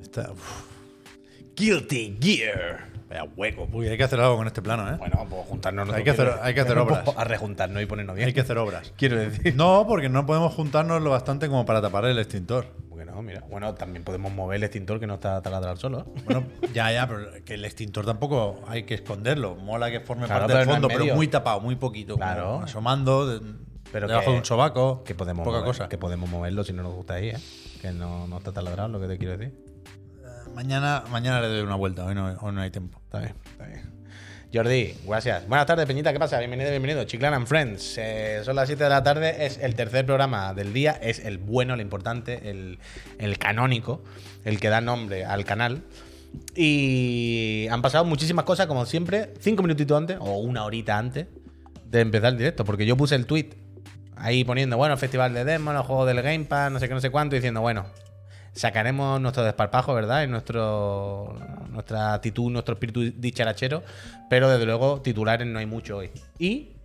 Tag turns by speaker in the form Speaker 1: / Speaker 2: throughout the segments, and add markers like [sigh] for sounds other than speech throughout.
Speaker 1: Está, uf. Guilty Gear. Vaya hueco. Uy, hay que hacer algo con este plano, ¿eh?
Speaker 2: Bueno, pues juntarnos
Speaker 1: Hay que hacer-
Speaker 2: nosotros,
Speaker 1: hay que hacer
Speaker 2: ¿no?
Speaker 1: obras.
Speaker 2: Pues A rejuntarnos y ponernos bien.
Speaker 1: Hay que hacer obras.
Speaker 2: Quiero decir.
Speaker 1: No, porque no podemos juntarnos lo bastante como para tapar el extintor.
Speaker 2: Bueno, mira. Bueno, también podemos mover el extintor que no está taladrado solo.
Speaker 1: Bueno, [laughs] ya, ya, pero que el extintor tampoco hay que esconderlo. Mola que forme
Speaker 2: Claro,
Speaker 1: parte del
Speaker 2: pero no en
Speaker 1: fondo, pero
Speaker 2: medio.
Speaker 1: muy tapado, muy poquito. como
Speaker 2: Claro.
Speaker 1: Asomando, de-
Speaker 2: Pero
Speaker 1: debajo
Speaker 2: que-
Speaker 1: de un sobaco.
Speaker 2: Que podemos
Speaker 1: Poca
Speaker 2: mover-
Speaker 1: cosa.
Speaker 2: Que podemos moverlo si no nos gusta ahí, ¿eh? Que no, no está taladrado, lo que te quiero decir.
Speaker 1: Mañana, mañana le doy una vuelta, hoy no, hoy no hay tiempo.
Speaker 2: Está bien, está bien. Jordi, gracias. Buenas tardes, Peñita, ¿qué pasa? Bienvenido, bienvenido. Chiclan and Friends. Eh, son las 7 de la tarde, es el tercer programa del día, es el bueno, el importante, el, el canónico, el que da nombre al canal. Y han pasado muchísimas cosas, como siempre, cinco minutitos antes o una horita antes de empezar el directo, porque yo puse el tweet ahí poniendo, bueno, el festival de demo, los juegos del Game Pass, no sé qué, no sé cuánto, diciendo, bueno, sacaremos nuestro desparpajo, ¿verdad? Y nuestro, nuestra actitud, nuestro espíritu dicharachero. Pero desde luego, titulares no hay mucho hoy. Y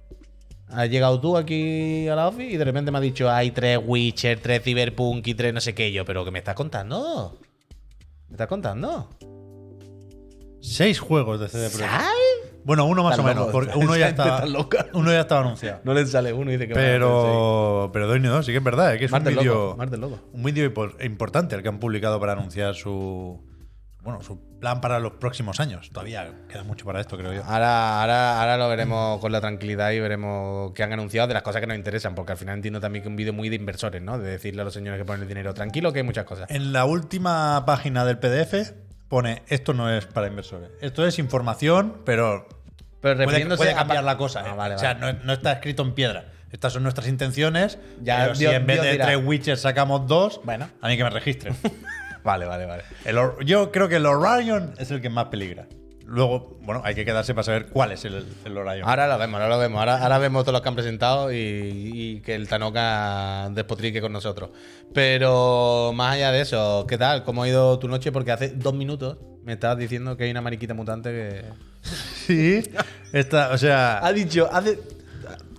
Speaker 2: has llegado tú aquí a la office y de repente me has dicho, hay tres Witcher, tres Cyberpunk y tres no sé qué Y yo. Pero ¿qué me estás contando? ¿Me estás contando?
Speaker 1: Seis juegos de CD Projekt.
Speaker 2: ¿Sabes?
Speaker 1: Bueno, uno más
Speaker 2: Están
Speaker 1: o menos,
Speaker 2: locos,
Speaker 1: porque
Speaker 2: esa
Speaker 1: uno ya
Speaker 2: [laughs] gente
Speaker 1: está
Speaker 2: está loca.
Speaker 1: uno ya estaba anunciado.
Speaker 2: No le sale uno y dice que va a hacer
Speaker 1: Pero, pero Doño 2 sí que es verdad, eh, que
Speaker 2: seis.
Speaker 1: es
Speaker 2: Mar
Speaker 1: un
Speaker 2: del
Speaker 1: vídeo
Speaker 2: loco, Mar del loco.
Speaker 1: un vídeo impor- importante el que han publicado para anunciar su bueno, su plan para los próximos años. Todavía queda mucho para esto, creo yo.
Speaker 2: Ahora, ahora, ahora lo veremos con la tranquilidad y veremos qué han anunciado de las cosas que nos interesan, porque al final entiendo también que es un vídeo muy de inversores, ¿no? De decirle a los señores que ponen el dinero, tranquilo que hay muchas cosas.
Speaker 1: En la última página del PDF pone esto no es para inversores. Esto es información, pero puede,
Speaker 2: Pero refiriéndose
Speaker 1: puede
Speaker 2: a-
Speaker 1: cambiar la cosa.
Speaker 2: Ah,
Speaker 1: eh.
Speaker 2: vale,
Speaker 1: o sea,
Speaker 2: vale.
Speaker 1: no, no está escrito en piedra. Estas son nuestras intenciones.
Speaker 2: Ya,
Speaker 1: pero si
Speaker 2: Dios-
Speaker 1: en vez
Speaker 2: Dios
Speaker 1: de
Speaker 2: dirá.
Speaker 1: tres witches sacamos dos,
Speaker 2: Bueno.
Speaker 1: a mí que me registren.
Speaker 2: Vale, vale, vale.
Speaker 1: [laughs] El Or- yo creo que el Orion es el que más peligra. Luego, bueno, hay que quedarse para saber cuál es el, el Orion.
Speaker 2: Ahora lo vemos, ahora lo vemos. Ahora, ahora vemos todos los que han presentado y, y que el Tanoka despotrique con nosotros. Pero más allá de eso, ¿qué tal? ¿Cómo ha ido tu noche? Porque hace dos minutos me estabas diciendo que hay una mariquita mutante que...
Speaker 1: Sí, esta, o
Speaker 2: [laughs]
Speaker 1: sea,
Speaker 2: ha dicho hace,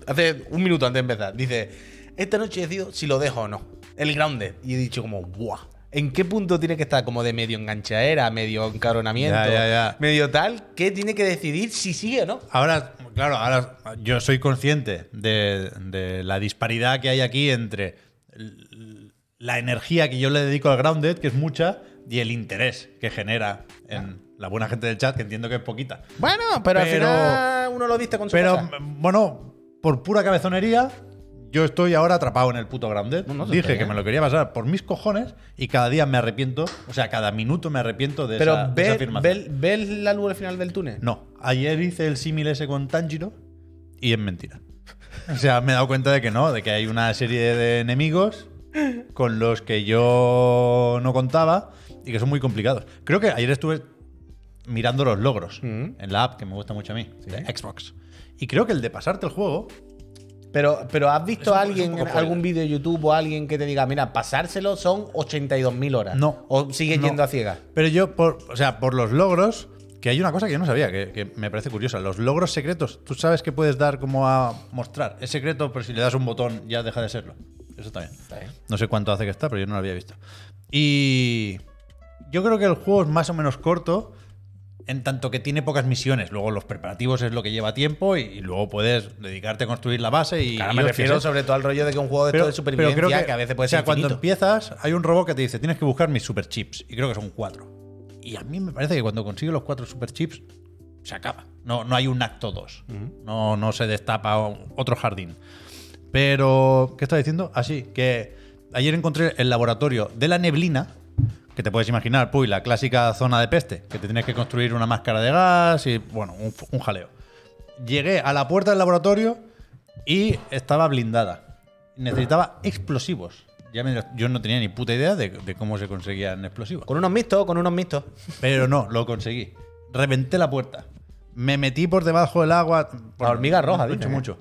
Speaker 2: hace un minuto antes de empezar, dice, esta noche decido si lo dejo o no, el grounded. Y he dicho como, ¡buah! ¿En qué punto tiene que estar? Como de medio enganchadera, medio encaronamiento,
Speaker 1: Ya, ya, ya.
Speaker 2: medio tal, que tiene que decidir si sigue o no.
Speaker 1: ahora, claro, ahora yo soy consciente de, de la disparidad que hay aquí entre l- la energía que yo le dedico al Grounded, que es mucha, y el interés que genera en la buena gente del chat, que entiendo que es poquita.
Speaker 2: Bueno,
Speaker 1: pero al final
Speaker 2: uno lo diste con
Speaker 1: Pero m- bueno, por pura cabezonería, yo estoy ahora atrapado en el puto Grounded.
Speaker 2: No, no, se
Speaker 1: Dije
Speaker 2: pega.
Speaker 1: que me lo quería pasar por mis cojones y cada día me arrepiento, o sea, cada minuto me arrepiento de, esa,
Speaker 2: Pero
Speaker 1: de esa
Speaker 2: ve,
Speaker 1: afirmación.
Speaker 2: ve- ve la luz al final del túnel.
Speaker 1: No, ayer hice el símil ese con Tanjiro y es mentira. O sea, me he dado cuenta de que no, de que hay una serie de enemigos con los que yo no contaba y que son muy complicados. Creo que ayer estuve mirando los logros
Speaker 2: Mm.
Speaker 1: en la app, que me gusta mucho a mí,
Speaker 2: Sí.
Speaker 1: de Xbox. Y creo que el de pasarte el juego
Speaker 2: Pero, pero ¿has
Speaker 1: Es un-
Speaker 2: visto
Speaker 1: es
Speaker 2: a
Speaker 1: un
Speaker 2: alguien,
Speaker 1: poco
Speaker 2: en
Speaker 1: fuera.
Speaker 2: algún vídeo de YouTube o alguien que te diga, mira, pasárselo son 82.000 horas?
Speaker 1: No.
Speaker 2: ¿O sigue
Speaker 1: No.
Speaker 2: yendo a ciegas?
Speaker 1: Pero yo, por, o sea, por los logros, que hay una cosa que yo no sabía, que, que me parece curiosa. Los logros secretos, tú sabes que puedes dar como a mostrar. Es secreto, pero si le das un botón ya deja de serlo. Eso también. No sé cuánto hace que está, pero yo no lo había visto. Y yo creo que el juego es más o menos corto, en tanto que tiene pocas misiones. Luego los preparativos es lo que lleva tiempo y, y luego puedes dedicarte a construir la base y...
Speaker 2: Claro,
Speaker 1: y
Speaker 2: me
Speaker 1: hostias,
Speaker 2: refiero
Speaker 1: ¿eh?
Speaker 2: sobre todo al rollo de que un juego de esto de supervivencia
Speaker 1: creo
Speaker 2: que, a veces puede
Speaker 1: o sea,
Speaker 2: ser
Speaker 1: cuando
Speaker 2: infinito.
Speaker 1: empiezas, hay un robot que te dice, tienes que buscar mis super chips. Y creo que son cuatro. Y a mí me parece que cuando consigues los cuatro super chips, se acaba. No, no hay un acto dos. no, no se destapa un- otro jardín. Pero, ¿qué estás diciendo? Así que ayer encontré el laboratorio de la neblina, que te puedes imaginar, pues la clásica zona de peste, que te tienes que construir una máscara de gas y, bueno, un, un jaleo. Llegué a la puerta del laboratorio y estaba blindada. Necesitaba explosivos. Ya me- yo no tenía ni puta idea de, de cómo se conseguían explosivos.
Speaker 2: Con unos mixtos, con unos mixtos.
Speaker 1: Pero no, lo conseguí. Reventé la puerta. Me metí por debajo del agua.
Speaker 2: La hormiga roja,
Speaker 1: mucho,
Speaker 2: dicen, ¿eh?
Speaker 1: mucho.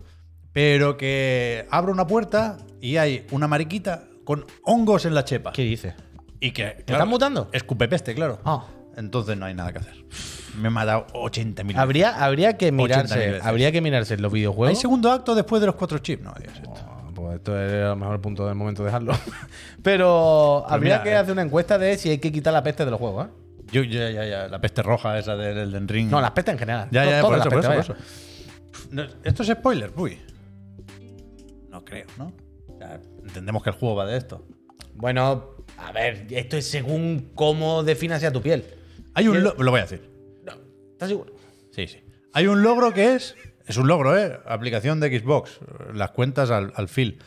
Speaker 1: Pero que abro una puerta y hay una mariquita con hongos en la chepa.
Speaker 2: dices?
Speaker 1: Y que.
Speaker 2: están mutando?
Speaker 1: Escupe peste, claro.
Speaker 2: Ah.
Speaker 1: Entonces no hay nada que hacer. Me he matado 80.000 veces.
Speaker 2: Habría, habría que
Speaker 1: 80.000
Speaker 2: mirarse,
Speaker 1: veces.
Speaker 2: habría que mirarse en los
Speaker 1: ¿Hay
Speaker 2: videojuegos.
Speaker 1: segundo acto después de los cuatro chips? No, Dios, esto.
Speaker 2: Oh, Pues esto es el mejor punto del momento dejarlo. [laughs] Pues Pero habría
Speaker 1: mira,
Speaker 2: que
Speaker 1: eh.
Speaker 2: hacer una encuesta de si hay que quitar la peste de los juegos, ¿eh?
Speaker 1: Yo, ya, ya, ya, la peste roja esa del Elden Ring.
Speaker 2: No, las pestes en general.
Speaker 1: Ya,
Speaker 2: To-
Speaker 1: ya,
Speaker 2: todas
Speaker 1: por
Speaker 2: las
Speaker 1: eso, por eso,
Speaker 2: pestes,
Speaker 1: por
Speaker 2: vaya.
Speaker 1: eso. No, Esto es spoiler, uy. No creo, ¿no? O sea, entendemos que el juego va de esto.
Speaker 2: Bueno, a ver, esto es según cómo definas ya tu piel.
Speaker 1: Hay
Speaker 2: ¿Qué?
Speaker 1: un lo, lo voy a decir.
Speaker 2: No, ¿Estás seguro?
Speaker 1: Sí, sí. Hay un logro que es. Es un logro, ¿eh? Aplicación de Xbox. Las cuentas al, al Phil.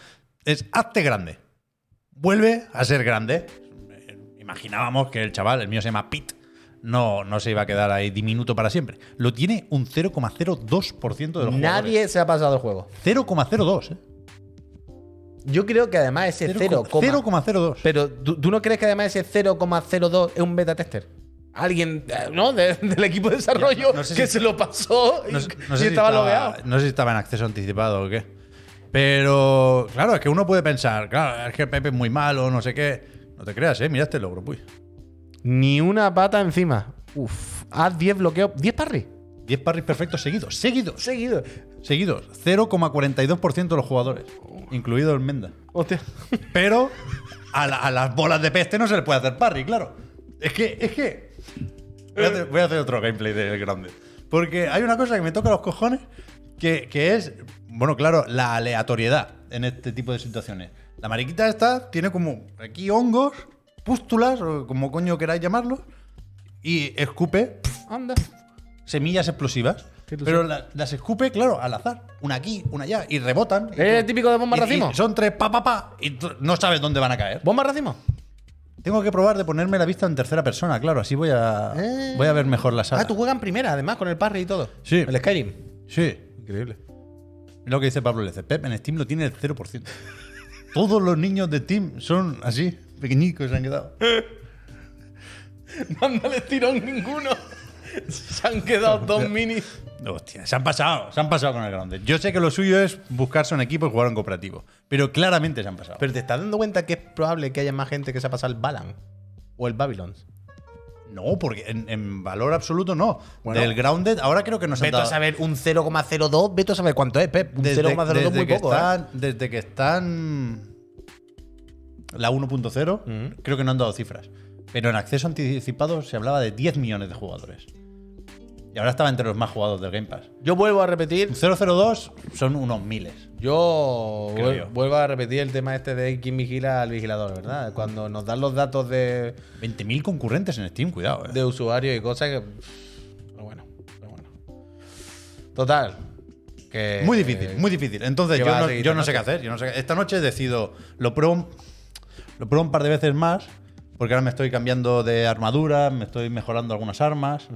Speaker 1: Es hazte grande. Vuelve a ser grande. Eh, Imaginábamos que el chaval, el mío se llama Pete, no, no se iba a quedar ahí diminuto para siempre. Lo tiene un 0,02% de los
Speaker 2: Nadie se ha pasado el juego.
Speaker 1: jugadores. 0,02, ¿eh?
Speaker 2: Yo creo que además ese 0,
Speaker 1: 0,02.
Speaker 2: Pero ¿tú, tú no crees que además ese 0,02 es un beta tester? Alguien, eh, ¿no? De- del equipo de desarrollo
Speaker 1: no- no sé
Speaker 2: que
Speaker 1: si-
Speaker 2: se lo pasó y,
Speaker 1: No, sé- no
Speaker 2: y
Speaker 1: sé si
Speaker 2: estaba
Speaker 1: estaba-
Speaker 2: logueado.
Speaker 1: no sé si estaba en acceso anticipado o qué. Pero, claro, es que uno puede pensar, claro, es que Pepe es muy malo, no sé qué. No te creas, ¿eh? Mira este logro, puy.
Speaker 2: Ni una pata encima. Uf, haz 10 bloqueos, 10 parry
Speaker 1: 10 parries perfectos seguidos, seguidos,
Speaker 2: seguido.
Speaker 1: seguidos. 0,42% de los jugadores,
Speaker 2: Oh.
Speaker 1: incluido el Menda.
Speaker 2: Hostia.
Speaker 1: Pero a, la- a las bolas de peste no se le puede hacer parry, claro. Es que, es que. Voy a hacer, voy a hacer otro gameplay del grande. Porque hay una cosa que me toca los cojones, que, que es, bueno, claro, la aleatoriedad en este tipo de situaciones. La mariquita esta tiene como aquí hongos, pústulas, o como coño queráis llamarlos, y escupe
Speaker 2: [laughs] Anda.
Speaker 1: semillas explosivas.
Speaker 2: Qué ilusión.
Speaker 1: Pero la- las escupe, claro, al azar. Una aquí, una allá, y rebotan. y
Speaker 2: ¿Es
Speaker 1: tú-
Speaker 2: típico de bomba
Speaker 1: y- y
Speaker 2: racimo?
Speaker 1: son tres pa pa pa y tú no sabes dónde van a caer.
Speaker 2: ¿Bomba racimo?
Speaker 1: Tengo que probar de ponerme la vista en tercera persona, claro, así voy a
Speaker 2: Eh.
Speaker 1: voy a ver mejor la sala.
Speaker 2: Ah, tú juegas en primera, además, con el parry y todo.
Speaker 1: Sí.
Speaker 2: El Skyrim. [laughs]
Speaker 1: Sí,
Speaker 2: Increíble.
Speaker 1: lo que dice Pablo Lece, Pep en Steam lo tiene el 0%. [laughs] Todos los niños de Steam son así, pequeñicos se han quedado.
Speaker 2: No han tirón ninguno. [laughs] Se han quedado dos minis.
Speaker 1: Hostia, se han pasado, se han pasado con el grande. Yo sé que lo suyo es buscarse un equipo y jugar en cooperativo, pero claramente se han pasado.
Speaker 2: Pero te estás dando cuenta que es probable que haya más gente que se ha pasado el Balan o el Babylon.
Speaker 1: No, porque en, en valor absoluto no.
Speaker 2: Bueno.
Speaker 1: Del Grounded, ahora creo que nos han
Speaker 2: Veto a
Speaker 1: dado.
Speaker 2: saber un 0,02, veto a saber cuánto es, Pep. Un
Speaker 1: desde,
Speaker 2: 0,02
Speaker 1: desde
Speaker 2: muy
Speaker 1: que
Speaker 2: poco. ¿eh?
Speaker 1: están, desde que están la 1.0,
Speaker 2: Mm.
Speaker 1: creo que no han dado cifras. Pero en acceso anticipado se hablaba de 10 millones de jugadores. Y ahora estaba entre los más jugados del Game Pass.
Speaker 2: Yo vuelvo a repetir.
Speaker 1: 002 son unos miles.
Speaker 2: Yo,
Speaker 1: Creo
Speaker 2: vuel-
Speaker 1: yo.
Speaker 2: vuelvo a repetir el tema este de quién vigila al vigilador, ¿verdad? Cuando nos dan los datos de,
Speaker 1: 20.000 concurrentes en Steam, cuidado. eh.
Speaker 2: de usuario y cosas que. Pero bueno, pero bueno. Total. Que,
Speaker 1: Muy difícil, muy difícil. Entonces,
Speaker 2: que
Speaker 1: yo
Speaker 2: va a
Speaker 1: no,
Speaker 2: seguir
Speaker 1: yo
Speaker 2: esta
Speaker 1: no sé qué hacer. Yo no sé qué- Esta noche decido. Lo pruebo, un- lo pruebo un par de veces más. Porque ahora me estoy cambiando de armadura, me estoy mejorando algunas armas.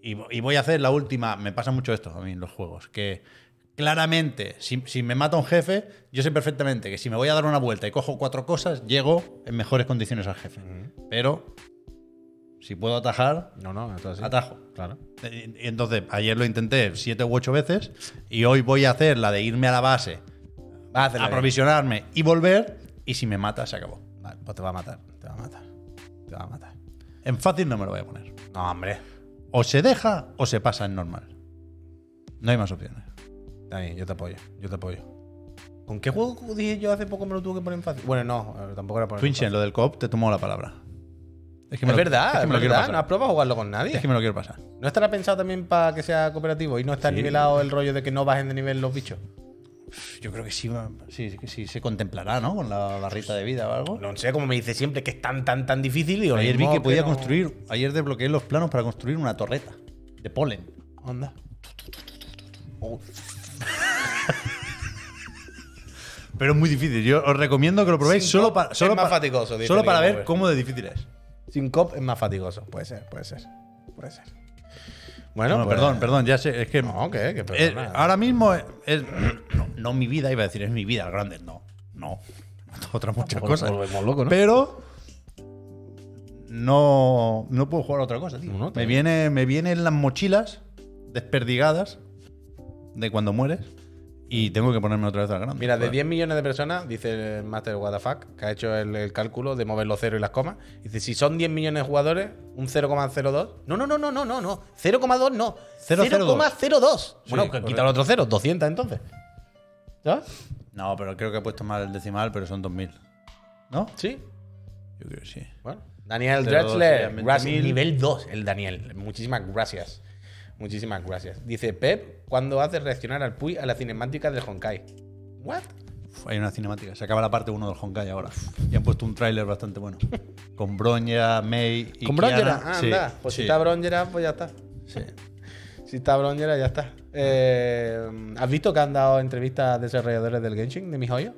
Speaker 1: y, vo- y voy a hacer la última. Me pasa mucho esto a mí en los juegos. Que claramente, si, si me mata un jefe, yo sé perfectamente que si me voy a dar una vuelta y cojo cuatro cosas, llego en mejores condiciones al jefe. Pero si puedo atajar,
Speaker 2: No, no, entonces. sí.
Speaker 1: atajo.
Speaker 2: Claro.
Speaker 1: Y- y Entonces, ayer lo intenté siete u ocho veces y hoy voy a hacer la de irme a la base,
Speaker 2: Va a hacer
Speaker 1: aprovisionarme y volver. Y si me mata, se acabó.
Speaker 2: Vale, pues te va a matar, te va a matar, te va a matar.
Speaker 1: En fácil no me lo voy a poner.
Speaker 2: No, hombre.
Speaker 1: O se deja o se pasa en normal. No hay más opciones.
Speaker 2: Dani, yo te apoyo, yo te apoyo. ¿Con qué juego dije yo hace poco me lo tuve que poner en fácil? Bueno, no, eh, tampoco era poner en
Speaker 1: Twinchen, lo del co-op, te tomó la palabra. que me
Speaker 2: Es
Speaker 1: lo-
Speaker 2: verdad,
Speaker 1: es que
Speaker 2: es
Speaker 1: me lo quiero
Speaker 2: verdad.
Speaker 1: pasar.
Speaker 2: No has probado a jugarlo con nadie.
Speaker 1: Es que me lo quiero pasar.
Speaker 2: ¿No estará pensado también para que sea cooperativo y no está nivelado el rollo de que no bajen de nivel los bichos?
Speaker 1: Yo creo que sí, va- sí, que sí se contemplará, ¿no? Con la barrita de vida o algo.
Speaker 2: No sé, como me dice siempre que es tan, tan, tan difícil. Y
Speaker 1: Ayer vi que podía construir, ayer desbloqueé los planos para construir una torreta de polen.
Speaker 2: Onda.
Speaker 1: Pero es muy difícil. Yo os recomiendo que lo probéis
Speaker 2: Sin
Speaker 1: solo
Speaker 2: cop
Speaker 1: para
Speaker 2: es
Speaker 1: solo
Speaker 2: más
Speaker 1: para-
Speaker 2: fatigoso, dice
Speaker 1: solo para
Speaker 2: Miguel
Speaker 1: ver
Speaker 2: Mover.
Speaker 1: cómo de difícil es.
Speaker 2: Sin cop es más fatigoso. Puede ser, puede ser. Puede ser. Bueno,
Speaker 1: Bueno,
Speaker 2: pues-
Speaker 1: perdón, perdón, ya sé, es que
Speaker 2: No, que, que
Speaker 1: Eh,
Speaker 2: perdona.
Speaker 1: ahora mismo es, es- no, no mi vida, iba a decir, es mi vida, grande, no, no, otras muchas
Speaker 2: Tampoco nos
Speaker 1: cosas.
Speaker 2: volvemos locos, ¿no?
Speaker 1: Pero no, no puedo jugar a otra cosa, tío.
Speaker 2: No, no,
Speaker 1: me,
Speaker 2: también.
Speaker 1: viene, me vienen las mochilas desperdigadas de cuando mueres y tengo que ponerme otra vez al grande.
Speaker 2: Mira, de
Speaker 1: Joder.
Speaker 2: 10 millones de personas, dice el Master WTF, que ha hecho el, el cálculo de mover los ceros y las comas. Dice, si son 10 millones de jugadores, un 0,02. No, no, no, no, no, no, no. 0,2 no.
Speaker 1: 0,02.
Speaker 2: 0,02. bueno, que
Speaker 1: correcto.
Speaker 2: quita el otro cero, 200 entonces. ¿Sabes?
Speaker 1: No, pero creo que he puesto mal el decimal, pero son 2000. ¿No?
Speaker 2: Sí.
Speaker 1: Yo creo que sí.
Speaker 2: Bueno, Daniel
Speaker 1: 02,
Speaker 2: Drexler,
Speaker 1: obviamente,
Speaker 2: gracias.
Speaker 1: mil.
Speaker 2: nivel 2, el Daniel. Muchísimas gracias. Muchísimas gracias. Dice Pep, ¿cuándo haces reaccionar al Puy a la cinemática del Honkai? ¿What?
Speaker 1: Uf, hay una cinemática. Se acaba la parte 1 del Honkai ahora. Y han puesto un tráiler bastante bueno. Con Bronya, Mei y
Speaker 2: ¿Con
Speaker 1: Kiana.
Speaker 2: Brongera? Ah,
Speaker 1: Sí,
Speaker 2: anda. Pues
Speaker 1: sí,
Speaker 2: si está Brongera, pues ya está.
Speaker 1: sí.
Speaker 2: Si está Brongera, ya está. Eh, ¿Has visto que han dado entrevistas a desarrolladores del Genshin, de mis hoyos?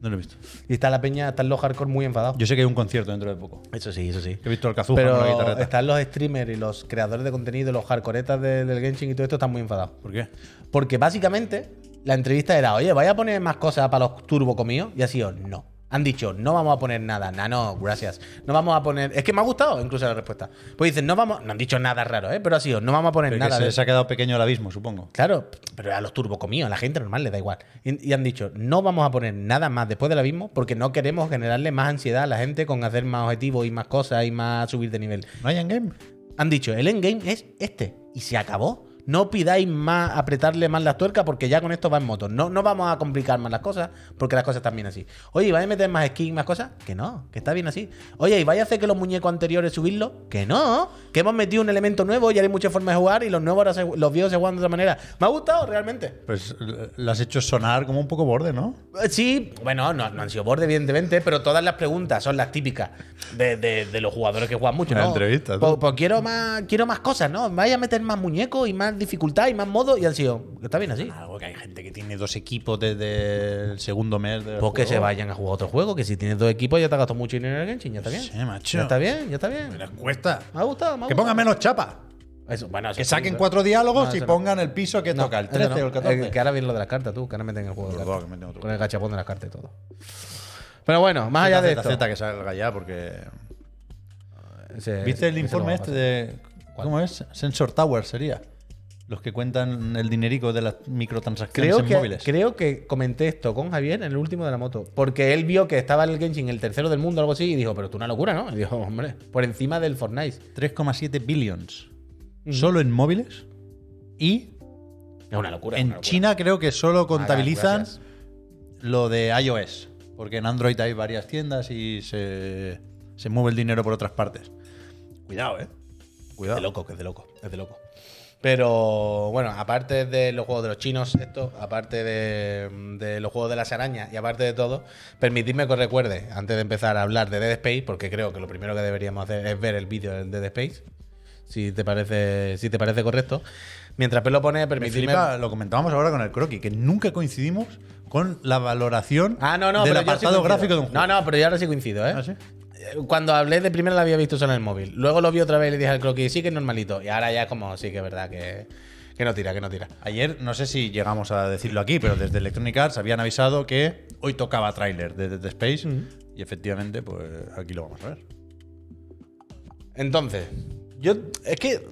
Speaker 1: No lo he visto.
Speaker 2: Y está la peña, están los hardcore muy enfadados.
Speaker 1: Yo sé que hay un concierto dentro de poco.
Speaker 2: Eso sí, eso sí.
Speaker 1: Que he visto al Kazuha con la
Speaker 2: Pero
Speaker 1: guitarreta.
Speaker 2: están los streamers y los creadores de contenido, los hardcoretas de- del Genshin y todo esto están muy enfadados.
Speaker 1: ¿Por qué?
Speaker 2: Porque básicamente la entrevista era, oye, ¿vais a poner más cosas para los turbo comidos? Y ha sido, no. Han dicho, no vamos a poner nada. Nah, no, gracias. No vamos a poner. Es que me ha gustado incluso la respuesta. Pues dicen, no vamos. No han dicho nada raro, ¿eh? Pero ha sido, no vamos a poner
Speaker 1: Pero que
Speaker 2: nada.
Speaker 1: se
Speaker 2: de
Speaker 1: les ha quedado pequeño el abismo, supongo.
Speaker 2: Claro, pero a los turbocomidos, a la gente normal le da igual. Y, y han dicho, no vamos a poner nada más después del abismo porque no queremos generarle más ansiedad a la gente con hacer más objetivos y más cosas y más subir de nivel.
Speaker 1: ¿No hay endgame?
Speaker 2: Han dicho, el endgame es este y se acabó. No pidáis más, apretarle más las tuercas porque ya con esto va en moto. No, no vamos a complicar más las cosas porque las cosas están bien así. Oye, ¿y vais a meter más skin, más cosas? Que no, que está bien así. Oye, ¿y vais a hacer que los muñecos anteriores subirlos? Que no, que hemos metido un elemento nuevo y ahora hay muchas formas de jugar y los nuevos ahora se- los viejos se juegan de otra manera. Me ha gustado realmente.
Speaker 1: Pues eh, lo has hecho sonar como un poco borde, ¿no?
Speaker 2: Eh, Sí, bueno, no, no han sido borde, evidentemente, pero todas las preguntas son las típicas de, de- de los jugadores que juegan mucho,
Speaker 1: Una
Speaker 2: ¿no?
Speaker 1: entrevista, tú.
Speaker 2: Pues, pues quiero más, quiero más cosas, ¿no? Vaya a meter más muñecos y más dificultad y más modos y han sido. Está bien así.
Speaker 1: Algo que hay gente que tiene dos equipos desde el segundo mes. del
Speaker 2: Pues que se
Speaker 1: juego.
Speaker 2: vayan a jugar otro juego, que si tienes dos equipos ya te has gastado mucho dinero en el Genshin, ya está bien.
Speaker 1: Sí, macho.
Speaker 2: Ya está bien, ya está bien.
Speaker 1: Les cuesta.
Speaker 2: Me ha gustado, me ha
Speaker 1: Que
Speaker 2: gustado.
Speaker 1: pongan menos chapa.
Speaker 2: Eso, bueno, eso
Speaker 1: Que
Speaker 2: sí,
Speaker 1: saquen
Speaker 2: ¿no?
Speaker 1: cuatro diálogos
Speaker 2: No,
Speaker 1: y
Speaker 2: eso no.
Speaker 1: pongan el piso que
Speaker 2: No,
Speaker 1: toca, el
Speaker 2: eso
Speaker 1: 13
Speaker 2: no.
Speaker 1: o el 14.
Speaker 2: Eh, que ahora vienen lo de las cartas, tú, que ahora meten el juego. de
Speaker 1: Por
Speaker 2: cartas.
Speaker 1: favor, que meten otro.
Speaker 2: Con el gachapón de las cartas y todo. Pero bueno,
Speaker 1: Ah,
Speaker 2: más allá de esto.
Speaker 1: ZZ que salga ya porque.
Speaker 2: ese-
Speaker 1: ¿Viste el
Speaker 2: ese lo
Speaker 1: informe
Speaker 2: vamos a
Speaker 1: este
Speaker 2: pasar.
Speaker 1: de. ¿Cómo es? Sensor Tower sería. Los que cuentan el dinerico de las microtransacciones
Speaker 2: Creo
Speaker 1: en
Speaker 2: que,
Speaker 1: móviles.
Speaker 2: creo que comenté esto con Javier en el último de la moto. Porque él vio que estaba el Genshin el tercero del mundo, algo así, y dijo, pero tú una locura, ¿no? Y dijo, hombre, por encima del Fortnite.
Speaker 1: 3,7 billions. Solo en móviles. Y
Speaker 2: Es una locura. es una
Speaker 1: en
Speaker 2: locura.
Speaker 1: China creo que solo
Speaker 2: Hagan,
Speaker 1: contabilizan
Speaker 2: Ah, gracias.
Speaker 1: lo de iOS. Porque en Android hay varias tiendas y se, se mueve el dinero por otras partes. Cuidado, eh.
Speaker 2: Es de
Speaker 1: Cuidado.
Speaker 2: loco, que es de loco, es de loco. Pero bueno, aparte de los juegos de los chinos, esto, aparte de, de los juegos de las arañas y aparte de todo, permitidme que os recuerde, antes de empezar a hablar de Dead Space, porque creo que lo primero que deberíamos hacer es ver el vídeo del Dead Space, si te parece, si te parece correcto. Mientras Pep lo pone,
Speaker 1: Me
Speaker 2: permitidme.
Speaker 1: flipa, lo comentábamos ahora con el croquis, que nunca coincidimos con la valoración
Speaker 2: Ah, no, no,
Speaker 1: del
Speaker 2: pero yo sí
Speaker 1: apartado
Speaker 2: coincido.
Speaker 1: gráfico de un juego.
Speaker 2: No, no, pero yo ahora sí coincido, ¿eh?
Speaker 1: ¿Ah, sí?
Speaker 2: Eh, Cuando hablé de primera la había visto solo en el móvil. Luego lo vi otra vez y le dije al croquis, sí que es normalito. Y ahora ya es como, sí que es verdad que, que no tira, que no tira.
Speaker 1: Ayer, no sé si llegamos a decirlo aquí, pero desde Electronic Arts habían avisado que hoy tocaba tráiler de Dead Space y efectivamente, pues aquí lo vamos a ver.
Speaker 2: Entonces, yo es que